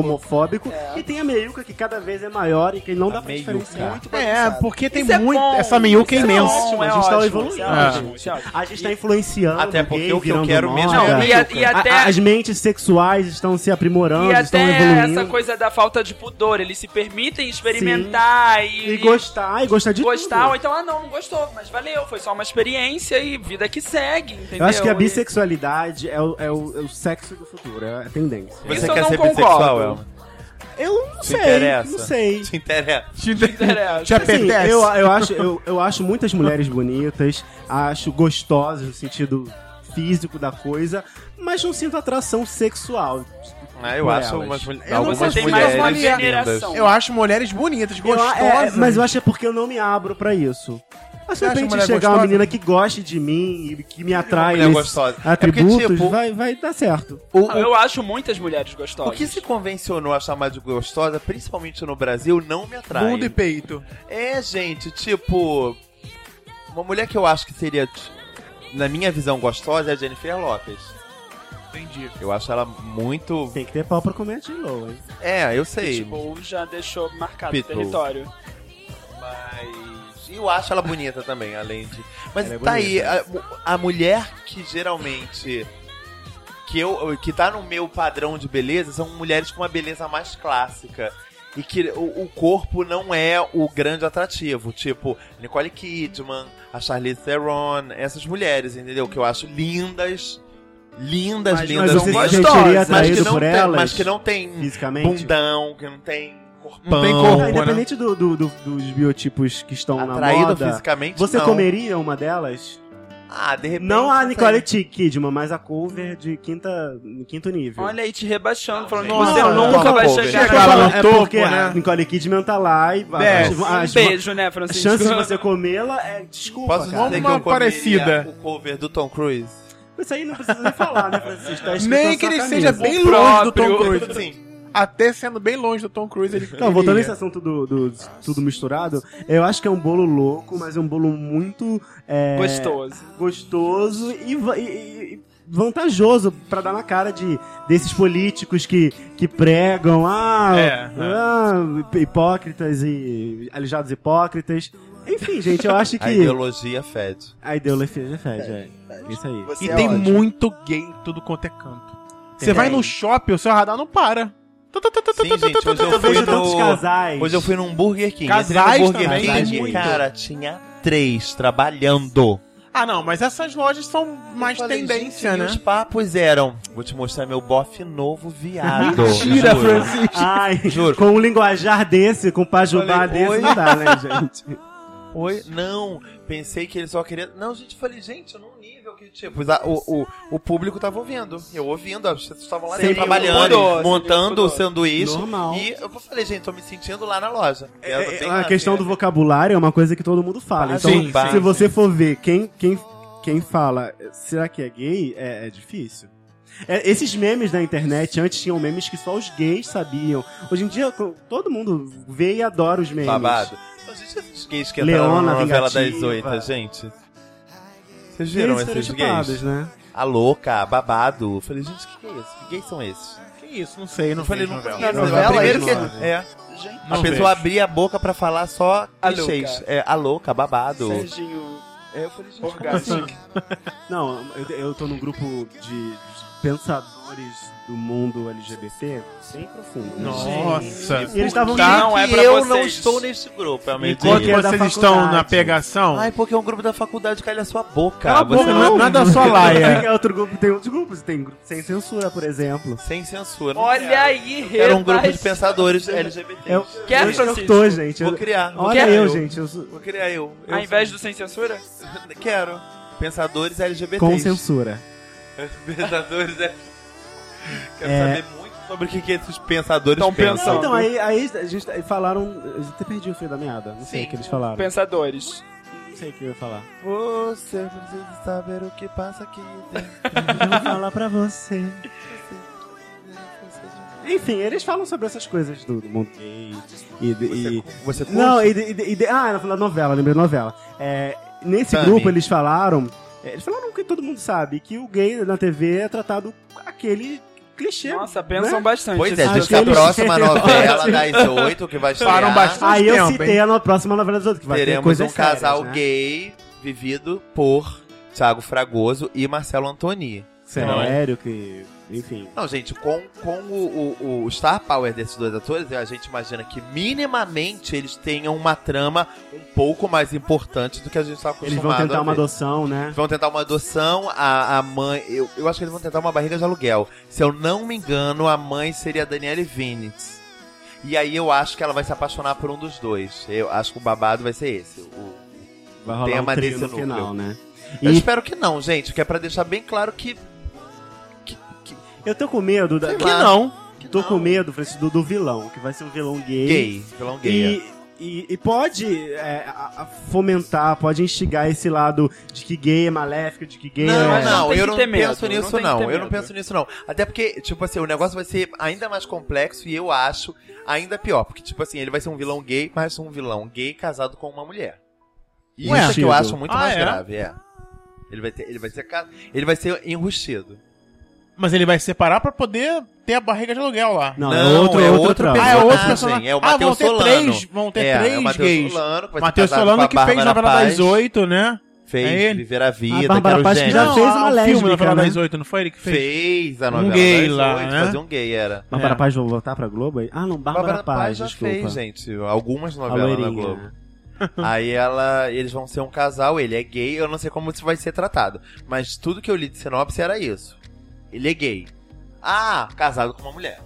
Speaker 2: homofóbico.
Speaker 3: É.
Speaker 2: E tem a meiuca, que cada vez é maior e que não dá pra
Speaker 4: meiuca.
Speaker 2: diferenciar.
Speaker 3: Muito
Speaker 1: É,
Speaker 3: bagunçado.
Speaker 1: porque tem
Speaker 3: Isso é
Speaker 1: muito.
Speaker 3: bom,
Speaker 1: essa meiuca é
Speaker 3: isso é
Speaker 1: imensa.
Speaker 3: bom,
Speaker 2: a gente tá
Speaker 3: ótimo,
Speaker 2: evoluindo.
Speaker 3: isso é ótimo, isso é ótimo.
Speaker 2: A gente tá influenciando.
Speaker 4: Até porque
Speaker 2: gay,
Speaker 4: o que eu
Speaker 2: virando
Speaker 4: quero mesmo é
Speaker 2: moda.
Speaker 4: o
Speaker 3: Não, e, a- e
Speaker 4: Meiuca.
Speaker 3: até,
Speaker 2: A- As mentes sexuais estão se aprimorando,
Speaker 3: e
Speaker 2: estão
Speaker 3: até
Speaker 2: evoluindo.
Speaker 3: essa coisa da falta de pudor, eles se permitem experimentar e,
Speaker 2: E gostar, e gostar de
Speaker 3: gostar,
Speaker 2: tudo.
Speaker 3: ou então, ah não, não gostou, mas valeu, foi só uma experiência e vida que segue, entendeu?
Speaker 2: Eu acho que a
Speaker 3: E-
Speaker 2: bissexualidade é o, é o- é o sexo do futuro, é a tendência.
Speaker 3: Isso
Speaker 4: Você
Speaker 3: eu
Speaker 4: quer
Speaker 3: não
Speaker 4: ser
Speaker 3: concordo.
Speaker 4: bissexual, Elma?
Speaker 2: Eu não
Speaker 4: Te
Speaker 2: sei,
Speaker 4: interessa?
Speaker 2: não sei.
Speaker 4: Te interessa?
Speaker 1: Te,
Speaker 3: interessa.
Speaker 1: te
Speaker 2: Assim,
Speaker 1: apetece?
Speaker 2: eu, eu, acho, eu, eu acho muitas mulheres bonitas, acho gostosas no sentido físico da coisa, mas não sinto atração sexual.
Speaker 4: Ah, eu
Speaker 2: Por
Speaker 4: acho
Speaker 2: elas.
Speaker 4: algumas, mul-
Speaker 1: Eu não
Speaker 4: algumas
Speaker 1: sei, tem mais
Speaker 4: mulheres
Speaker 1: uma
Speaker 4: lindas.
Speaker 3: veneração.
Speaker 1: Eu acho mulheres bonitas,
Speaker 2: Eu-
Speaker 1: gostosas.
Speaker 2: é, mas eu acho que é porque eu não me abro pra isso. Mas de
Speaker 1: Você acha
Speaker 2: repente
Speaker 1: mulher
Speaker 2: chegar uma
Speaker 1: gostosa?
Speaker 2: menina que goste de mim e que me atrai
Speaker 4: mulher
Speaker 2: nesses
Speaker 4: gostosa. É porque,
Speaker 2: atributos,
Speaker 4: tipo,
Speaker 2: vai, vai dar certo.
Speaker 4: O-
Speaker 3: Ah, Eu acho muitas mulheres
Speaker 4: O
Speaker 3: gostosas.
Speaker 4: que se convencionou a chamar de gostosa, principalmente no Brasil, não me atrai.
Speaker 1: Bunda e peito.
Speaker 4: É, gente, tipo. Uma mulher que eu acho que seria, na minha visão, gostosa é a Jennifer Lopes.
Speaker 1: Entendi.
Speaker 4: Eu acho ela muito.
Speaker 2: Tem que ter pau pra comer de low, hein?
Speaker 4: É, eu sei.
Speaker 3: Pitbull Tipo, já deixou marcado o
Speaker 4: Pitbull.
Speaker 3: território.
Speaker 4: Mas. Eu acho ela bonita também, além de. Mas
Speaker 2: Ela é
Speaker 4: tá aí, a, a mulher que geralmente. Que, eu, que tá no meu padrão de beleza são mulheres com uma beleza mais clássica. E que o, o corpo não é o grande atrativo. Tipo, Nicole Kidman, a Charlize Theron, essas mulheres, entendeu? Que eu acho lindas. Lindas,
Speaker 2: Mas-
Speaker 4: lindas,
Speaker 2: mas você se
Speaker 4: lindas.
Speaker 2: sentiria
Speaker 4: mas, que
Speaker 2: atraído
Speaker 4: não
Speaker 2: por
Speaker 4: tem,
Speaker 2: elas?
Speaker 4: mas que não tem
Speaker 2: Fisicamente.
Speaker 4: bundão, que não tem corpão.
Speaker 1: tem
Speaker 2: Ah,
Speaker 1: corpo. Boa,
Speaker 2: independente do- do- do- dos biotipos que estão na
Speaker 4: Atraído
Speaker 2: moda,
Speaker 4: fisicamente,
Speaker 2: você
Speaker 4: não.
Speaker 2: comeria uma delas?
Speaker 4: Ah, de repente.
Speaker 2: Não a
Speaker 4: sei.
Speaker 2: Nicole Ti- Kidman, mas a cover de quinta, quinto nível.
Speaker 3: Olha aí, te rebaixando, falando,
Speaker 1: gente.
Speaker 3: você
Speaker 1: Não,
Speaker 3: nunca
Speaker 4: não,
Speaker 3: vai
Speaker 4: não,
Speaker 3: chegar
Speaker 1: chega lá
Speaker 3: naquela-
Speaker 1: no
Speaker 2: é
Speaker 1: topo,
Speaker 2: porque
Speaker 1: né?
Speaker 2: a Nicole Kidman tá lá e
Speaker 1: Desce.
Speaker 2: as, as-
Speaker 3: Um beijo, né,
Speaker 2: as
Speaker 3: Francisco?
Speaker 2: chances de você comê-la é desculpa,
Speaker 4: Posso
Speaker 2: cara.
Speaker 4: dizer que
Speaker 1: Uma
Speaker 4: eu parecida.
Speaker 1: parecida.
Speaker 4: o cover do Tom Cruise?
Speaker 2: Isso aí não precisa nem falar, né, Francisco? Tá escrito na
Speaker 1: Nem que
Speaker 2: sua
Speaker 1: ele
Speaker 2: camisa.
Speaker 1: seja bem
Speaker 3: O
Speaker 1: longe do Tom
Speaker 3: próprio.
Speaker 1: Cruise.
Speaker 4: Sim.
Speaker 1: Até sendo bem longe do Tom Cruise, ele é.
Speaker 2: Então, voltando
Speaker 1: queria.
Speaker 2: a esse assunto do, do- do tudo misturado, eu acho que é um bolo louco, mas é um bolo muito é,
Speaker 3: Gostoso.
Speaker 2: gostoso e, va- e- e- e vantajoso pra dar na cara de desses políticos que, que pregam ah,
Speaker 1: É,
Speaker 2: ah, hipócritas e alijados hipócritas. Enfim, gente, eu acho
Speaker 4: A
Speaker 2: que
Speaker 4: ideologia fede.
Speaker 2: a ideologia fede, é. Isso aí.
Speaker 1: E tem muito gay em tudo quanto é canto. Você vai no shopping, o seu radar não para.
Speaker 4: Sim, gente, hoje eu
Speaker 2: Eu
Speaker 4: fui
Speaker 2: vejo tantos
Speaker 4: no...
Speaker 2: casais.
Speaker 4: Hoje eu fui num Burger King.
Speaker 1: Casais
Speaker 4: Entrei no Burger
Speaker 1: também,
Speaker 2: tem
Speaker 4: King,
Speaker 2: muito.
Speaker 4: cara, tinha três trabalhando.
Speaker 1: Ah, não, mas essas lojas são mais
Speaker 4: Eu falei,
Speaker 1: tendência,
Speaker 4: gente,
Speaker 1: né?
Speaker 4: E os papos eram, vou te mostrar meu bofe novo, viado.
Speaker 1: Mentira,
Speaker 4: Juro.
Speaker 1: Francisco.
Speaker 2: Ah, Ai,
Speaker 4: Juro.
Speaker 2: com um linguajar desse, com um pajubá
Speaker 4: Falei,
Speaker 2: desse,
Speaker 4: oi.
Speaker 2: não dá, né, gente?
Speaker 4: Oi? Não, pensei que ele só queria. Não, gente, eu falei, gente, num nível que, tipo, os- a- o, o, o público tava ouvindo. Eu ouvindo, as pessoas estavam lá
Speaker 3: Sem
Speaker 4: dentro,
Speaker 3: nenhum
Speaker 4: trabalhando,
Speaker 3: pudor, sem
Speaker 4: montando
Speaker 3: nenhum
Speaker 4: o
Speaker 3: pudor.
Speaker 4: sanduíche.
Speaker 2: Normal.
Speaker 4: E eu falei, gente, tô me sentindo lá na loja.
Speaker 2: É, é, a questão do vocabulário é uma coisa que todo mundo fala.
Speaker 4: Ah,
Speaker 2: então,
Speaker 4: né? sim,
Speaker 2: se
Speaker 4: sim.
Speaker 2: você for ver quem, quem, quem fala, será que é gay? É, é difícil. É, esses memes na internet, antes tinham memes que só os gays sabiam. Hoje em dia, co- todo mundo vê e adora os memes.
Speaker 4: Babado. Então, gente, esses gays que
Speaker 2: Leona
Speaker 4: entraram na novela
Speaker 2: Vingativa.
Speaker 4: das oito, gente. Vocês
Speaker 2: Gays
Speaker 4: viram esses
Speaker 2: estereotipados,
Speaker 4: gays?
Speaker 2: né?
Speaker 4: A louca, babado. Eu falei, gente, o que, que é isso? Que gays são esses?
Speaker 1: Que isso, não sei, não
Speaker 4: Eu falei, nunca vi na
Speaker 2: novela.
Speaker 4: novela.
Speaker 2: Primeiro
Speaker 4: isso.
Speaker 2: que-
Speaker 3: né?
Speaker 4: É.
Speaker 3: Gente,
Speaker 4: A
Speaker 1: Não
Speaker 4: pessoa
Speaker 1: vejo.
Speaker 4: abria a boca pra falar só
Speaker 3: A
Speaker 4: clichês.
Speaker 3: louca.
Speaker 4: É, a louca, babado.
Speaker 3: Serginho Tipo, assim,
Speaker 4: É, eu falei, gente, como
Speaker 3: Orgasmo.
Speaker 4: assim?
Speaker 2: Não, eu, eu tô num grupo de de pensadores valores do mundo LGBT bem profundo.
Speaker 1: Nossa.
Speaker 2: E eles estavam
Speaker 4: Por que
Speaker 3: Tá, não é
Speaker 4: que
Speaker 3: pra
Speaker 4: eu
Speaker 3: vocês.
Speaker 4: não estou nesse grupo, é uma
Speaker 1: Enquanto
Speaker 2: Entendi.
Speaker 4: ideia.
Speaker 2: É da
Speaker 1: vocês estão
Speaker 2: faculdade.
Speaker 1: na pegação,
Speaker 4: Ai, porque é um grupo da faculdade, calha a sua boca.
Speaker 1: Cala a
Speaker 4: você
Speaker 1: boca,
Speaker 4: não...
Speaker 1: não. nada só lá, é.
Speaker 2: É outro grupo, tem outros grupos, tem grupo sem censura, por exemplo.
Speaker 4: Sem censura. não
Speaker 3: Olha
Speaker 4: quero.
Speaker 3: aí,
Speaker 4: Era um grupo de
Speaker 3: rapaz.
Speaker 4: pensadores LGBT.
Speaker 2: Eu,
Speaker 3: Quer,
Speaker 2: eu
Speaker 3: Francisco?
Speaker 2: tô, gente. Eu-
Speaker 4: Vou criar. vou
Speaker 2: Olha
Speaker 4: criar
Speaker 2: eu, gente. Eu sou-
Speaker 4: Vou criar eu. eu
Speaker 3: Ao invés do sem censura?
Speaker 4: Quero. Pensadores LGBT.
Speaker 2: com censura.
Speaker 4: Pensadores é... Quero
Speaker 2: É.
Speaker 4: saber muito sobre o que, que esses pensadores
Speaker 3: Tão
Speaker 4: pensam.
Speaker 3: pensando.
Speaker 2: Não, então, aí, aí a gente tá- falaram. Eu até perdi o fio da meada. Não sei
Speaker 4: Sim.
Speaker 2: o que eles falaram.
Speaker 3: Pensadores.
Speaker 2: Não sei o que eu ia falar.
Speaker 4: Você precisa saber o que passa aqui dentro.
Speaker 2: Eu vou falar pra você. Enfim, eles falam sobre essas coisas do, do mundo gay. E, e-
Speaker 4: Você curte?
Speaker 2: não, e, de- e, de- e de- ah, eu falei da novela, lembrei da novela. É, nesse
Speaker 4: Tami.
Speaker 2: grupo eles falaram. é, Eles falaram o que todo mundo sabe, que o gay na TV é tratado com aquele clichê.
Speaker 3: Nossa, pensam
Speaker 2: né?
Speaker 3: bastante. assim.
Speaker 4: Pois é,
Speaker 2: Acho
Speaker 4: gente,
Speaker 2: que
Speaker 4: a
Speaker 2: eles-
Speaker 4: próxima novela das oito que vai estrear.
Speaker 1: Param bastante.
Speaker 2: Aí eu
Speaker 1: tempo,
Speaker 2: citei a no- próxima novela dos outros, que vai ter
Speaker 4: Teremos um
Speaker 2: coisas sérias,
Speaker 4: casal
Speaker 2: né?
Speaker 4: gay vivido por Thiago Fragoso e Marcelo Antoni.
Speaker 2: Sério, que. Enfim.
Speaker 4: Não, gente, com, com o, o- o Star Power desses dois atores, a gente imagina que minimamente eles tenham uma trama um pouco mais importante do que a gente está acostumado
Speaker 2: Eles vão tentar
Speaker 4: a
Speaker 2: uma
Speaker 4: ver.
Speaker 2: adoção, né?
Speaker 4: Eles vão tentar uma adoção, a, a mãe. Eu, eu acho que eles vão tentar uma barriga de aluguel. Se eu não me engano, a mãe seria a Daniele Vinitz. E aí eu acho que ela vai se apaixonar por um dos dois. Eu acho que o babado vai ser esse. O-
Speaker 2: Vai rolar
Speaker 4: tema
Speaker 2: um trio
Speaker 4: desse
Speaker 2: no
Speaker 4: núcleo.
Speaker 2: final, né?
Speaker 4: Eu
Speaker 2: E-
Speaker 4: espero que não, gente, que é pra deixar bem claro que.
Speaker 2: Eu tô com medo. Da...
Speaker 4: Sei
Speaker 1: Que
Speaker 4: lá.
Speaker 1: não.
Speaker 4: que
Speaker 2: Tô
Speaker 4: não.
Speaker 2: com medo, Francisco, do, do vilão, que vai ser um vilão gay.
Speaker 4: Gay, vilão gay. é.
Speaker 2: E, e, e pode é, a- a fomentar, pode instigar esse lado de que gay é maléfico, de que gay
Speaker 4: Não,
Speaker 2: é.
Speaker 4: não,
Speaker 3: tem que
Speaker 4: eu não
Speaker 3: ter medo,
Speaker 4: penso
Speaker 3: não
Speaker 4: nisso,
Speaker 3: tem que
Speaker 4: não.
Speaker 3: ter
Speaker 4: Eu não
Speaker 3: medo.
Speaker 4: penso nisso, não. Até porque, tipo assim, o negócio vai ser ainda mais complexo e eu acho ainda pior. Porque, tipo assim, ele vai ser um vilão gay, mas um vilão gay casado com uma mulher. E
Speaker 1: Ué.
Speaker 4: isso é que eu acho muito
Speaker 1: Ah,
Speaker 4: mais
Speaker 1: é?
Speaker 4: grave, é. Ele vai, ter, ele vai ser ca- ele vai ser enrustido.
Speaker 1: Mas ele vai separar pra poder ter a barriga de aluguel lá.
Speaker 2: Não, é outro, é outro
Speaker 4: personagem.
Speaker 2: trauma.
Speaker 1: Ah, é outro
Speaker 4: É o
Speaker 1: Ah, vão
Speaker 4: Matheus
Speaker 1: ter
Speaker 4: Solano.
Speaker 1: três, vão ter
Speaker 4: é, é o
Speaker 1: três
Speaker 4: Matheus
Speaker 1: gays.
Speaker 4: Solano, que vai ser
Speaker 1: Matheus
Speaker 4: casado com
Speaker 1: Solano é
Speaker 4: a
Speaker 1: que fez
Speaker 4: Bárbara
Speaker 1: novela das
Speaker 4: Paz,
Speaker 1: oito, né?
Speaker 4: Fez
Speaker 1: É ele?
Speaker 4: Viver a Vida,
Speaker 2: Bárbara
Speaker 4: que era o
Speaker 2: Paz que
Speaker 4: gênio.
Speaker 2: já fez uma
Speaker 1: o
Speaker 2: lésbica,
Speaker 1: filme novela
Speaker 2: né?
Speaker 1: das oito, não foi ele que fez? Um
Speaker 4: É. Fez a novela
Speaker 1: gay
Speaker 4: das
Speaker 1: lá,
Speaker 4: oito,
Speaker 1: né?
Speaker 4: fazer um gay, era.
Speaker 2: Bárbara
Speaker 1: É.
Speaker 2: Paz vai voltar pra Globo? aí? Ah, não, Bárbara, Paz,
Speaker 4: já
Speaker 2: desculpa.
Speaker 4: fez, gente, algumas
Speaker 2: a
Speaker 4: novelas na Globo.
Speaker 2: loirinha.
Speaker 4: Aí ela, eles vão ser um casal, ele é gay, eu não sei como isso vai ser tratado. Mas tudo que eu li de sinopse era isso. Ele é gay. Ah, casado com uma mulher.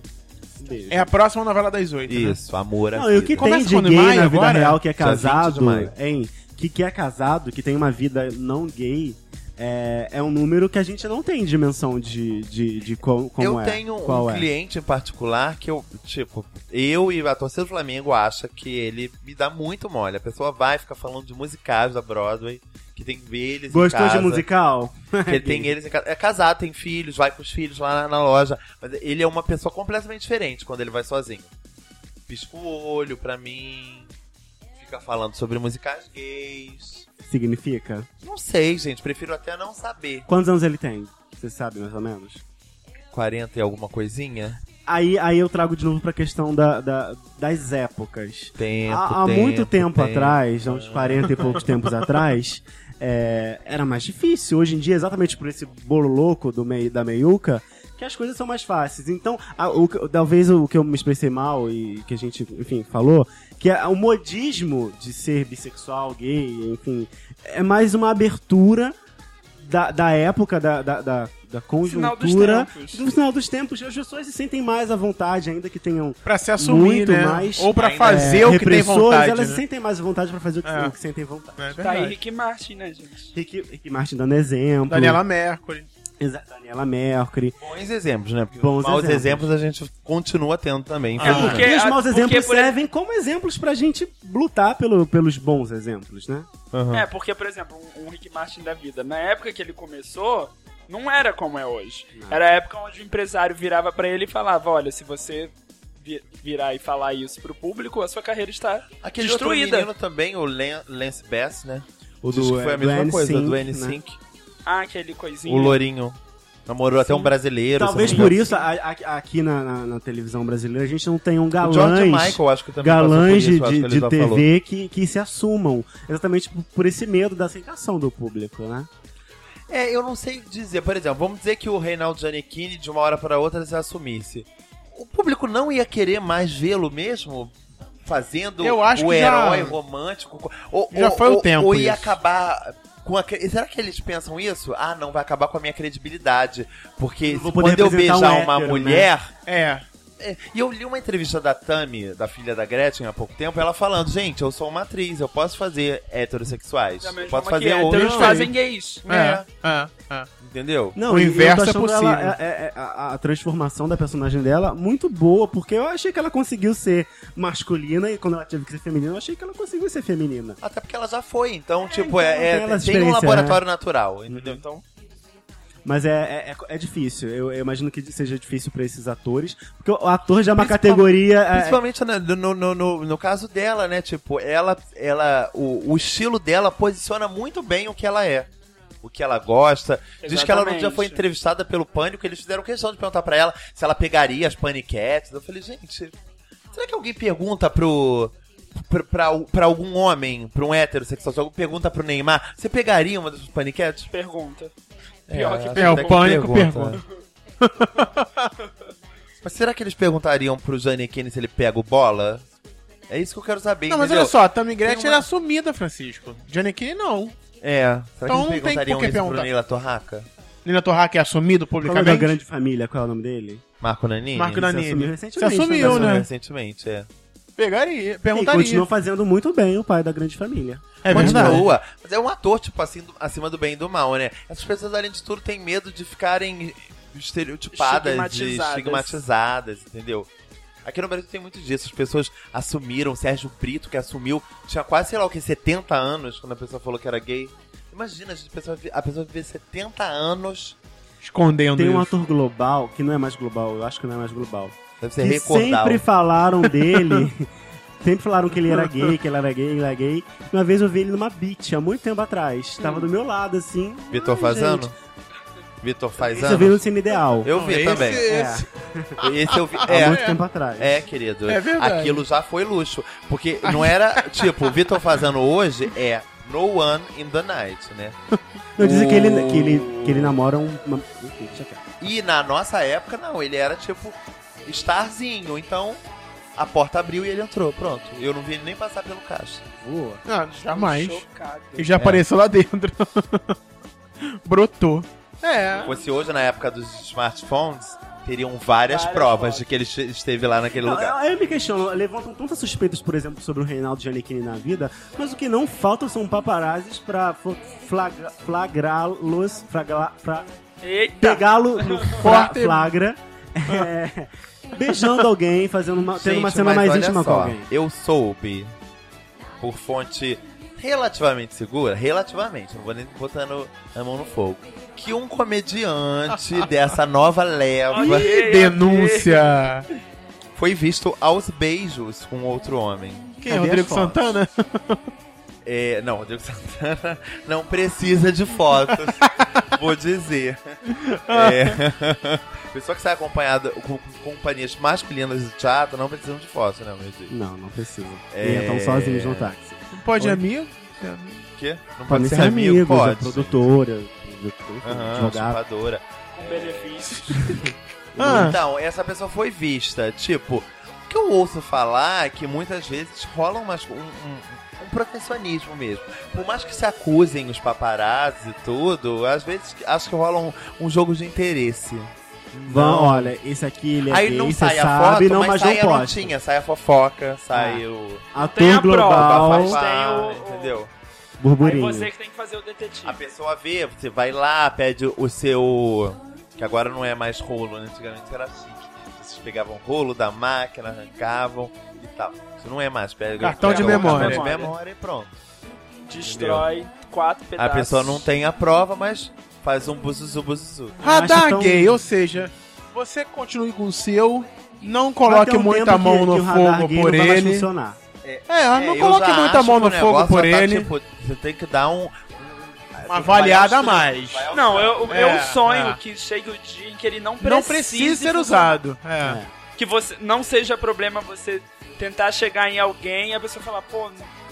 Speaker 1: É a próxima novela das oito. né?
Speaker 4: Isso, amor. à
Speaker 2: Não, e o
Speaker 4: vida.
Speaker 2: que tem
Speaker 1: Começa
Speaker 2: de
Speaker 1: quando?
Speaker 2: gay
Speaker 1: Em maio
Speaker 2: na vida
Speaker 1: agora?
Speaker 2: real que é
Speaker 4: Dia 20 de
Speaker 2: casado,
Speaker 4: maio.
Speaker 2: hein? Que, que é casado, que tem uma vida não gay, é, é um número que a gente não tem dimensão de, de, de co- como
Speaker 4: eu
Speaker 2: é.
Speaker 4: tenho
Speaker 2: qual
Speaker 4: um
Speaker 2: é.
Speaker 4: cliente em particular que eu, tipo, eu e a torcida do Flamengo acha que ele me dá muito mole. A pessoa vai ficar falando de musicais da Broadway, que tem eles em
Speaker 2: Gostou
Speaker 4: casa.
Speaker 2: de musical?
Speaker 4: Que ele tem eles em casa. É casado, tem filhos, vai com os filhos lá na, na loja. Mas ele é uma pessoa completamente diferente quando ele vai sozinho. Pisca o olho pra mim. Fica falando sobre musicais gays.
Speaker 2: Significa?
Speaker 4: Não sei, gente. Prefiro até não saber.
Speaker 2: Quantos anos ele tem? Você sabe, mais ou menos?
Speaker 4: 40 e alguma coisinha?
Speaker 2: Aí, aí eu trago de novo pra questão da, da- das épocas.
Speaker 4: Tempo,
Speaker 2: há há muito tempo,
Speaker 4: tempo.
Speaker 2: atrás, há uns 40 e poucos tempos atrás, é, era mais difícil. Hoje em dia, exatamente por esse bolo louco do mei, da meiuca, que as coisas são mais fáceis. Então, a- o que- talvez o que eu me expressei mal e que a gente, enfim, falou, que é o modismo de ser bissexual, gay, enfim, é mais uma abertura da, da época, da, da, da, da
Speaker 3: Sinal dos
Speaker 2: conjuntura.
Speaker 3: tempos.
Speaker 2: No final dos tempos, as pessoas se sentem mais à vontade, ainda que tenham
Speaker 1: Pra se assumir,
Speaker 2: Muito
Speaker 1: né?
Speaker 2: mais.
Speaker 1: Ou pra
Speaker 4: Ainda
Speaker 1: fazer
Speaker 2: é,
Speaker 1: o que tem vontade,
Speaker 2: elas
Speaker 1: né?
Speaker 2: se sentem mais à vontade pra fazer o que,
Speaker 1: É.
Speaker 2: o que sentem vontade.
Speaker 1: É
Speaker 3: Tá aí
Speaker 1: verdade.
Speaker 3: Rick Martin, né, gente?
Speaker 2: Rick, Rick Martin dando exemplo.
Speaker 1: Daniela Mercury.
Speaker 2: Exa- Daniela Mercury.
Speaker 4: Bons exemplos, né? Porque
Speaker 2: Bons
Speaker 4: maus
Speaker 2: exemplos.
Speaker 4: exemplos. a gente continua tendo também.
Speaker 1: Ah.
Speaker 4: infelizmente.
Speaker 2: E os
Speaker 3: a-
Speaker 2: maus
Speaker 3: porque,
Speaker 2: exemplos
Speaker 3: por-
Speaker 2: servem como exemplos pra gente lutar pelo- pelos bons exemplos, né?
Speaker 4: Aham.
Speaker 3: É, porque, por exemplo, um, um Rick Martin da vida, na época que ele começou, não era como é hoje. Era a época onde o empresário virava pra ele e falava: olha, se você vi- virar e falar isso pro público, a sua carreira está
Speaker 4: Aquele outro
Speaker 3: destruída.
Speaker 4: menino também, o Len- Lance Bass, né?
Speaker 2: O é,
Speaker 4: Diz que foi a mesma coisa, do
Speaker 2: né?
Speaker 4: N5.
Speaker 3: Ah, aquele coisinho.
Speaker 4: O Lourinho. Namorou até um brasileiro.
Speaker 2: Talvez
Speaker 4: se não me
Speaker 2: por isso, a- a- aqui na, na- na televisão brasileira, a gente não tem um
Speaker 4: engano. O
Speaker 2: galãs,
Speaker 4: George Michael, acho que também
Speaker 2: galãs
Speaker 4: passou
Speaker 2: de,
Speaker 4: por isso, acho que ele
Speaker 2: de
Speaker 4: já falou.
Speaker 2: TV que, que se assumam. Exatamente por, por esse medo da aceitação do público, né?
Speaker 4: É, eu não sei dizer. Por exemplo, vamos dizer que o Reinaldo Giannichini, de uma hora para outra, se assumisse. O público não ia querer mais vê-lo mesmo fazendo
Speaker 1: Eu acho
Speaker 4: o
Speaker 1: que já-
Speaker 4: herói romântico. Ou,
Speaker 1: Já
Speaker 4: ou-
Speaker 1: foi o
Speaker 4: ou-
Speaker 1: tempo
Speaker 4: Ou ia
Speaker 1: isso.
Speaker 4: acabar com a... cre- Será que eles pensam isso? Ah, não, vai acabar com a minha credibilidade. Porque
Speaker 2: Eu vou poder
Speaker 4: quando eu
Speaker 2: representar
Speaker 4: beijar
Speaker 2: um
Speaker 4: uma
Speaker 2: hétero, né?
Speaker 4: mulher...
Speaker 1: É.
Speaker 4: É, E eu li uma entrevista da Tami, da filha da Gretchen, há pouco tempo, ela falando, gente, eu sou uma atriz, eu posso fazer heterossexuais.
Speaker 3: Da
Speaker 4: Eu
Speaker 3: mesma
Speaker 4: posso
Speaker 3: forma que é, então, né?
Speaker 4: fazer outros.
Speaker 3: héteros
Speaker 2: Não,
Speaker 3: fazem gays.
Speaker 1: É. É. é.
Speaker 4: Entendeu?
Speaker 2: Não,
Speaker 1: O
Speaker 2: e eu tô
Speaker 1: inverso é
Speaker 2: achando
Speaker 1: possível.
Speaker 2: ela- é- é- é- a, a transformação da personagem dela muito boa, porque eu achei que ela conseguiu ser masculina e quando ela teve que ser feminina, eu achei que ela conseguiu ser feminina.
Speaker 4: Até porque ela já foi, então, tipo, é, é-
Speaker 2: tem elas
Speaker 4: tem um
Speaker 2: experiência, né?
Speaker 4: laboratório natural, entendeu? Então,
Speaker 2: Mas é, é, é- é difícil. Eu, eu imagino que seja difícil pra esses atores, porque o ator já é uma
Speaker 4: Principal-
Speaker 2: categoria. é-
Speaker 4: principalmente no, no, no, no- no caso dela, né? Tipo, ela, ela o, o estilo dela posiciona muito bem o que ela é. O que ela gosta. Diz que ela não já foi
Speaker 3: Exatamente.
Speaker 4: entrevistada pelo Pânico, eles fizeram questão de perguntar pra ela se ela pegaria as paniquetes. Eu falei, gente, será que alguém pergunta pro. Pra, pra- pra algum homem, pra um heterossexual, se alguém pergunta pro Neymar, você pegaria uma dessas paniquetes?
Speaker 3: Pergunta. Pior que né?
Speaker 4: acho
Speaker 1: É, o
Speaker 4: até que
Speaker 1: pânico
Speaker 4: Mas será que eles perguntariam pro Janequine se ele pega o bola? É isso que eu quero saber.
Speaker 1: Não, mas
Speaker 4: entendeu?
Speaker 1: olha só, a Tammy Gretchen
Speaker 4: Tem uma-
Speaker 1: era sumida, Francisco. Giannichini não.
Speaker 4: É, será
Speaker 1: Então não
Speaker 4: que
Speaker 1: tem
Speaker 4: eles perguntariam
Speaker 1: por que
Speaker 4: isso
Speaker 1: perguntar.
Speaker 4: pro Neila Torraca?
Speaker 1: Nina Torraca é assumido
Speaker 2: Qual é o nome da
Speaker 1: publicamente.
Speaker 2: grande família? Qual é o nome dele?
Speaker 4: Marco Nanini?
Speaker 1: Marco
Speaker 2: Ele se
Speaker 1: Nanini.
Speaker 2: assumiu
Speaker 1: Se
Speaker 2: recentemente,
Speaker 1: assumiu,
Speaker 4: Passou
Speaker 1: né?
Speaker 4: Recentemente, é.
Speaker 1: Pegaria,
Speaker 2: E
Speaker 1: perguntaria.
Speaker 2: continua fazendo muito bem o pai da grande família.
Speaker 1: É verdade.
Speaker 4: Continua. Mas é um ator, tipo, assim, do- acima do bem e do mal, né? Essas pessoas, além de tudo, têm medo de ficarem estereotipadas, de
Speaker 3: Estigmatizadas.
Speaker 4: estigmatizadas, entendeu? Aqui no Brasil tem muito disso. As pessoas assumiram. Sérgio Brito, que assumiu, tinha quase, sei lá o que, 70 anos quando a pessoa falou que era gay. Imagina, gente, a pessoa, vi- a pessoa viver 70 anos
Speaker 1: Escondendo
Speaker 2: Tem um
Speaker 1: isso.
Speaker 2: ator global, que não é mais global, eu acho que não é mais global.
Speaker 4: deve ser
Speaker 2: que
Speaker 4: recordar.
Speaker 2: sempre falaram dele. sempre falaram que ele era gay, que ele era gay, ele era gay. Uma vez eu vi ele numa beat, há muito tempo atrás. Tava do meu lado, assim.
Speaker 4: Vitor
Speaker 2: Ai,
Speaker 4: Fazano?
Speaker 2: gente.
Speaker 4: Vitor
Speaker 2: Esse eu vi
Speaker 4: Fazano?
Speaker 2: no Cine Ideal. É,
Speaker 4: Eu vi
Speaker 1: Esse-
Speaker 4: também.
Speaker 1: esse-
Speaker 4: Esse eu vi.
Speaker 2: Há
Speaker 4: É,
Speaker 2: muito tempo atrás.
Speaker 4: É, querido.
Speaker 1: É verdade.
Speaker 4: Aquilo já foi luxo. Porque não era, tipo, o Vitor Fazano hoje é No One in the Night, né?
Speaker 2: Não dizem que ele,
Speaker 4: O-
Speaker 2: que ele, que ele namora um. Uma... Enfim, deixa quieto.
Speaker 4: E na nossa época, não. Ele era, tipo, starzinho. Então, a porta abriu e ele entrou. Pronto. Eu não vi ele nem passar pelo caixa.
Speaker 2: Voa.
Speaker 1: Ah, jamais.
Speaker 3: Chocado.
Speaker 1: Ele já apareceu lá dentro. Brotou. É.
Speaker 4: Se fosse hoje, na época dos smartphones, teriam várias,
Speaker 3: Várias
Speaker 4: provas
Speaker 3: fotos.
Speaker 4: de que ele este- esteve lá naquele
Speaker 2: Não,
Speaker 4: lugar.
Speaker 2: Aí eu me questiono, levantam tantas suspeitas, por exemplo, sobre o Reinaldo Giannichini na vida, mas o que não falta são paparazzis pra fo- flagra- flagrá-los, flagra, fra-
Speaker 3: Eita!
Speaker 2: pegá-lo no fra- flagra, é, beijando alguém, fazendo uma, tendo uma
Speaker 4: Gente,
Speaker 2: cena
Speaker 4: mas
Speaker 2: mais
Speaker 4: olha
Speaker 2: íntima com
Speaker 4: só,
Speaker 2: alguém.
Speaker 4: Eu soube, por fonte relativamente segura, relativamente, não vou nem botando a mão no fogo, que um comediante dessa nova leva
Speaker 3: Olha. Ei,
Speaker 1: Denúncia.
Speaker 4: foi visto aos beijos com outro homem.
Speaker 1: Quem?
Speaker 2: Cadê
Speaker 1: Rodrigo
Speaker 2: as fotos?
Speaker 1: Santana?
Speaker 4: É, não, Rodrigo Santana não precisa de fotos, vou dizer.
Speaker 2: Ah.
Speaker 4: É. Pessoa que sai acompanhada com, com companhias masculinas de teatro não precisam de fotos, né, meu Deus?
Speaker 2: Não, não precisa.
Speaker 4: É.
Speaker 2: Eles Então sozinhos no táxi.
Speaker 1: Pode
Speaker 2: Oi.
Speaker 1: amigo?
Speaker 4: O quê? Não
Speaker 2: Podem ser amigos, é a produtora, é
Speaker 4: Aham,
Speaker 2: advogado.
Speaker 4: chupadora.
Speaker 3: Com benefícios.
Speaker 1: Ah.
Speaker 4: Então, essa pessoa foi vista. Tipo, o que eu ouço falar é que muitas vezes rola umas- um, um, um protecionismo mesmo. Por mais que se acusem os paparazzi e tudo, às vezes acho que rola um, um jogo de interesse.
Speaker 2: Vão, olha, esse aqui ele é
Speaker 4: Aí
Speaker 2: gay,
Speaker 4: não
Speaker 2: você
Speaker 4: sai a
Speaker 2: sabe,
Speaker 4: foto,
Speaker 2: não,
Speaker 4: mas,
Speaker 2: mas
Speaker 4: sai
Speaker 2: não
Speaker 4: a
Speaker 2: posta. Ah. Então,
Speaker 4: notinha, sai a fofoca, sai o...
Speaker 3: Tem a
Speaker 2: Ator
Speaker 3: prova,
Speaker 2: global,
Speaker 3: faz-
Speaker 4: bafafá,
Speaker 3: tem o-
Speaker 4: entendeu?
Speaker 3: Aí
Speaker 2: burburinho.
Speaker 3: você que tem que fazer o detetive.
Speaker 4: A pessoa vê, você vai lá, pede o seu. Que agora não é mais rolo, né? Antigamente era chique. Vocês pegavam rolo da máquina, arrancavam e tal. Isso não é mais. Pega,
Speaker 1: Cartão de
Speaker 4: pega o
Speaker 1: memória.
Speaker 4: Cartão de memória e pronto.
Speaker 3: Destrói quatro
Speaker 4: A
Speaker 3: pedaços.
Speaker 4: pessoa não tem a prova, mas faz um buzuzu, buzuzu.
Speaker 1: Radar
Speaker 2: acho tão-
Speaker 1: gay, ou seja, você continue com o seu, não
Speaker 2: Vai
Speaker 1: coloque
Speaker 2: ter um tempo
Speaker 1: muita mão
Speaker 2: que-
Speaker 1: no
Speaker 2: que o radar
Speaker 1: fogo
Speaker 2: gay
Speaker 1: por
Speaker 2: não vai mais
Speaker 1: ele.
Speaker 2: funcionar.
Speaker 1: É,
Speaker 4: É,
Speaker 1: não
Speaker 4: eu
Speaker 1: coloque
Speaker 4: já
Speaker 1: muita
Speaker 4: acho
Speaker 1: mão
Speaker 4: que o
Speaker 1: no fogo
Speaker 4: negócio
Speaker 1: por
Speaker 4: já tá,
Speaker 1: ele.
Speaker 4: tipo, você tem que dar um.
Speaker 1: Uma avaliada a mais.
Speaker 3: Não, eu, eu
Speaker 1: É,
Speaker 3: sonho
Speaker 1: é.
Speaker 3: que chegue o dia em que ele não precise
Speaker 1: Não precisa ser
Speaker 3: funcionar.
Speaker 1: usado. É.
Speaker 3: Que você não seja problema você tentar chegar em alguém e a pessoa falar, pô,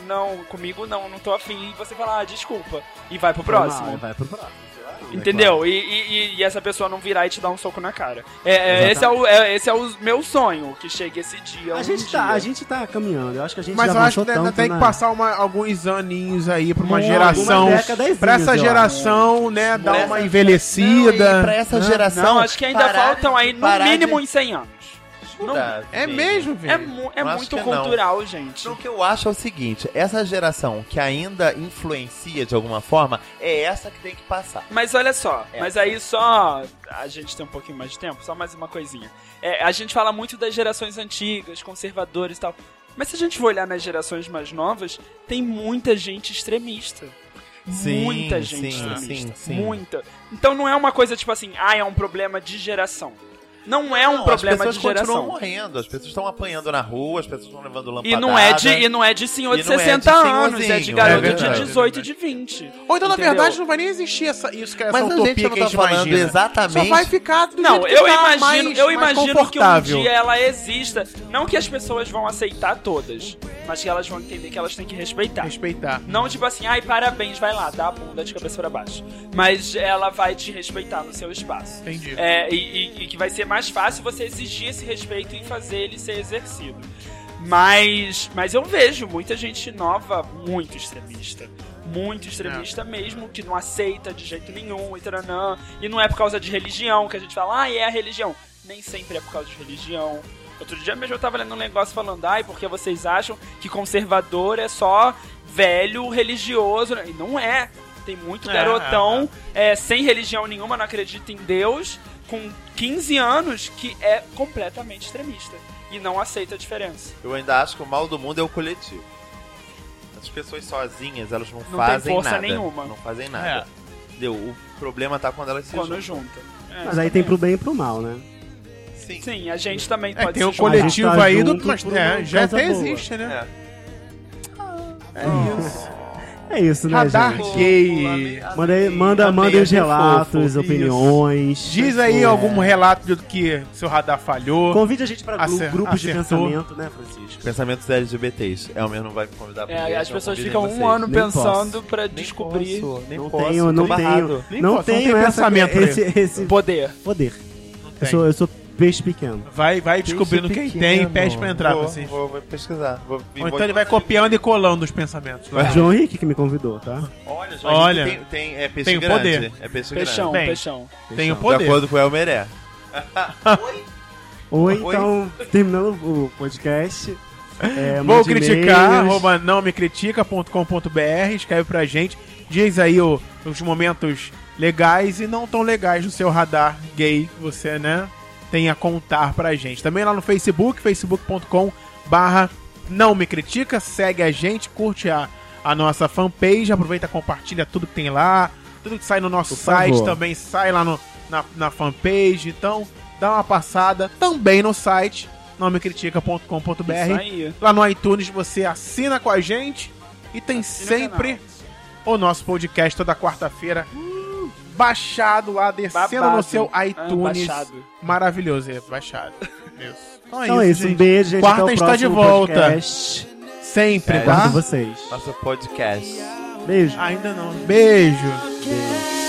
Speaker 3: não, comigo não, não tô afim. E você fala, ah, desculpa. E vai pro
Speaker 2: Vai,
Speaker 3: próximo.
Speaker 2: vai pro próximo.
Speaker 3: Entendeu? E, e- e- e essa pessoa não virar e te dar um soco na cara. É, é, esse, é o, é- esse é o meu sonho, que chegue esse dia.
Speaker 2: A
Speaker 3: um
Speaker 2: gente,
Speaker 3: dia.
Speaker 2: tá, a gente tá caminhando. Eu acho que a gente
Speaker 1: Mas
Speaker 2: já
Speaker 1: eu acho
Speaker 2: avançou
Speaker 1: que ainda
Speaker 2: tanto né?
Speaker 1: tem
Speaker 2: na-
Speaker 1: que passar uma- alguns aninhos aí pra uma
Speaker 2: Não,
Speaker 1: geração.
Speaker 2: algumas décadas,
Speaker 1: Pra essa
Speaker 2: eu acho.
Speaker 1: geração, né, dar
Speaker 4: Pra
Speaker 1: uma
Speaker 4: essa-
Speaker 1: envelhecida.
Speaker 4: Não, e pra essa
Speaker 2: Não,
Speaker 4: geração.
Speaker 3: Não, acho que ainda
Speaker 4: parar-
Speaker 3: faltam aí no
Speaker 4: parar de
Speaker 3: mínimo uns 100 anos. Não,
Speaker 4: estudar,
Speaker 1: É
Speaker 4: filho.
Speaker 1: mesmo,
Speaker 3: é
Speaker 1: velho.
Speaker 3: mu- é
Speaker 4: Eu acho
Speaker 3: muito
Speaker 4: que não.
Speaker 3: cultural, gente.
Speaker 4: Então, o que eu acho é o seguinte: essa geração que ainda influencia de alguma forma é essa que tem que passar.
Speaker 3: Mas olha só,
Speaker 4: É.
Speaker 3: mas aí só. A gente tem um pouquinho mais de tempo, só mais uma coisinha. É, a gente fala muito das gerações antigas, conservadores e tal. Mas se a gente for olhar nas gerações mais novas, tem muita gente extremista.
Speaker 4: Sim,
Speaker 3: muita gente
Speaker 4: sim,
Speaker 3: extremista.
Speaker 4: sim, sim.
Speaker 3: Muita. Então não é uma coisa tipo assim, ah, é um problema de geração. Não é um
Speaker 4: Não,
Speaker 3: problema
Speaker 4: as pessoas
Speaker 3: de
Speaker 4: continuam
Speaker 3: geração.
Speaker 4: morrendo, as pessoas estão apanhando na rua, as pessoas estão levando
Speaker 3: E
Speaker 4: lampadada.
Speaker 3: não, é de, e não é de senhor
Speaker 4: E
Speaker 3: de
Speaker 4: não é de
Speaker 3: 60 anos, é de
Speaker 4: senhorzinho,
Speaker 3: garoto
Speaker 1: é
Speaker 3: de
Speaker 1: verdade.
Speaker 3: 18 e de 20.
Speaker 1: Ou então, na
Speaker 3: Entendeu?
Speaker 1: verdade, não vai nem existir essa, isso que é essa
Speaker 4: Mas a
Speaker 1: utopia
Speaker 4: gente não
Speaker 1: que a
Speaker 4: tá
Speaker 1: gente
Speaker 4: falando
Speaker 1: imagina. Só
Speaker 4: exatamente.
Speaker 1: vai ficar do
Speaker 3: Não,
Speaker 1: jeito que
Speaker 3: eu
Speaker 1: tá,
Speaker 3: imagino,
Speaker 1: mais-
Speaker 3: eu
Speaker 1: mais
Speaker 3: imagino que um
Speaker 1: confortável.
Speaker 3: dia ela exista. Não que as pessoas vão aceitar todas, mas que elas vão entender que elas têm que respeitar.
Speaker 1: Respeitar.
Speaker 3: Não tipo assim, ai, parabéns, vai lá, dá a bunda de cabeça pra baixo. Mas ela vai te respeitar no seu espaço.
Speaker 1: Entendi.
Speaker 3: É, e, e- e que vai ser mais fácil você exigir esse respeito e fazer ele ser exercido. Mas, mas eu vejo muita gente nova muito extremista. Muito extremista mesmo, que não aceita de jeito nenhum e taranã. E não é por causa de religião que a gente fala, ah, é a religião. Nem sempre é por causa de religião. Outro dia mesmo eu tava lendo um negócio falando, ai, porque vocês acham que conservador é só velho religioso. E não é. Tem muito
Speaker 1: É,
Speaker 3: garotão é, sem religião nenhuma, não acredita em Deus, com 15 anos, que é completamente extremista e não aceita a diferença.
Speaker 4: Eu ainda acho que o mal do mundo é o coletivo. As pessoas sozinhas, elas não,
Speaker 3: tem
Speaker 4: fazem
Speaker 3: força
Speaker 4: nada.
Speaker 3: nenhuma. É.
Speaker 4: Não fazem nada. Entendeu? O problema tá quando elas se
Speaker 3: Quando
Speaker 4: juntam.
Speaker 3: junta. É,
Speaker 2: Mas aí tem pro bem e pro mal, né?
Speaker 4: Sim.
Speaker 3: Sim, a gente também
Speaker 1: É,
Speaker 3: pode
Speaker 1: tem o
Speaker 3: se juntar.
Speaker 1: coletivo
Speaker 2: coletivo. A gente tá
Speaker 1: aí do.
Speaker 2: junto
Speaker 1: Mas,
Speaker 2: por
Speaker 1: né,
Speaker 2: uma
Speaker 1: já
Speaker 2: causa
Speaker 1: até
Speaker 2: boa.
Speaker 1: existe, né?
Speaker 4: É.
Speaker 2: É isso. É isso, né,
Speaker 1: Radar
Speaker 2: gente?
Speaker 1: gay.
Speaker 2: Manda, aí- manda,
Speaker 4: Também
Speaker 2: manda os
Speaker 4: é
Speaker 2: relatos,
Speaker 4: fofo,
Speaker 2: opiniões. É.
Speaker 1: Diz aí algum relato do que seu radar falhou.
Speaker 2: Convide a gente pra gru-
Speaker 1: Acer-
Speaker 2: grupos de
Speaker 1: acertou.
Speaker 2: pensamento, né, Francisco?
Speaker 4: Pensamentos LGBTs. Elmer não vai me convidar pra
Speaker 3: É,
Speaker 4: ninguém,
Speaker 3: as
Speaker 4: então
Speaker 3: pessoas
Speaker 4: convidem
Speaker 3: ficam
Speaker 4: vocês.
Speaker 3: um ano
Speaker 2: Nem
Speaker 3: pensando
Speaker 2: posso.
Speaker 3: pra
Speaker 4: Nem
Speaker 3: descobrir
Speaker 4: posso, nem
Speaker 2: Não
Speaker 4: posso,
Speaker 2: tenho, não
Speaker 4: tô barrado.
Speaker 2: tenho.
Speaker 1: Nem
Speaker 2: Não
Speaker 1: posso, não
Speaker 2: tenho
Speaker 1: tem
Speaker 2: essa,
Speaker 1: pensamento,
Speaker 2: esse, esse
Speaker 3: poder.
Speaker 2: poder. Eu
Speaker 1: tem.
Speaker 2: sou, eu sou peixe pequeno.
Speaker 1: Vai, vai
Speaker 2: Tem
Speaker 1: descobrindo
Speaker 2: esse
Speaker 1: quem
Speaker 2: pequeno.
Speaker 1: tem e pede pra entrar,
Speaker 4: vou, assim.
Speaker 1: Francisco.
Speaker 4: vou, vou pesquisar. Vou,
Speaker 1: Ou
Speaker 4: vou-
Speaker 1: então ele vai copiando e colando os pensamentos. né?
Speaker 2: João Henrique que me convidou, tá?
Speaker 4: Olha, João,
Speaker 1: Olha.
Speaker 4: Tem, tem, é peixe
Speaker 1: Tem o
Speaker 4: grande.
Speaker 1: poder.
Speaker 4: É peixe
Speaker 3: Peixão,
Speaker 1: Bem.
Speaker 3: peixão.
Speaker 1: Tem o
Speaker 4: grande. De
Speaker 1: poder.
Speaker 4: acordo com o Elmer é.
Speaker 2: Ou
Speaker 4: Oi.
Speaker 2: então, terminando o podcast. é,
Speaker 1: Vou
Speaker 2: mande
Speaker 1: criticar,
Speaker 2: e-mails.
Speaker 1: arroba não me critica.com.br, escreve pra gente, diz aí o- os momentos legais e não tão legais no seu radar gay que você, né, tem a contar pra gente. Também lá no Facebook, facebook.com barra não me critica, segue a gente, curte a, a nossa fanpage, aproveita e compartilha tudo que tem lá, tudo que sai no nosso
Speaker 2: Por
Speaker 1: site
Speaker 2: favor.
Speaker 1: também sai lá no, na, na fanpage, então dá uma passada também no site, não me critica.com.br
Speaker 3: Isso aí.
Speaker 1: lá no iTunes você assina com a gente e tem sempre o nosso podcast toda quarta-feira baixado lá, descendo
Speaker 3: Uh! Babado.
Speaker 1: no seu iTunes.
Speaker 3: Ah, baixado.
Speaker 1: Maravilhoso, é, baixado. Isso.
Speaker 2: Então é isso, um beijo, gente.
Speaker 1: Quarta
Speaker 2: até o
Speaker 1: está
Speaker 2: próximo
Speaker 1: de volta.
Speaker 2: podcast.
Speaker 1: Sempre,
Speaker 4: É,
Speaker 1: tá?
Speaker 2: Guardo vocês.
Speaker 4: Nosso podcast.
Speaker 2: Beijo.
Speaker 1: Ainda não. Beijo.
Speaker 2: Beijo.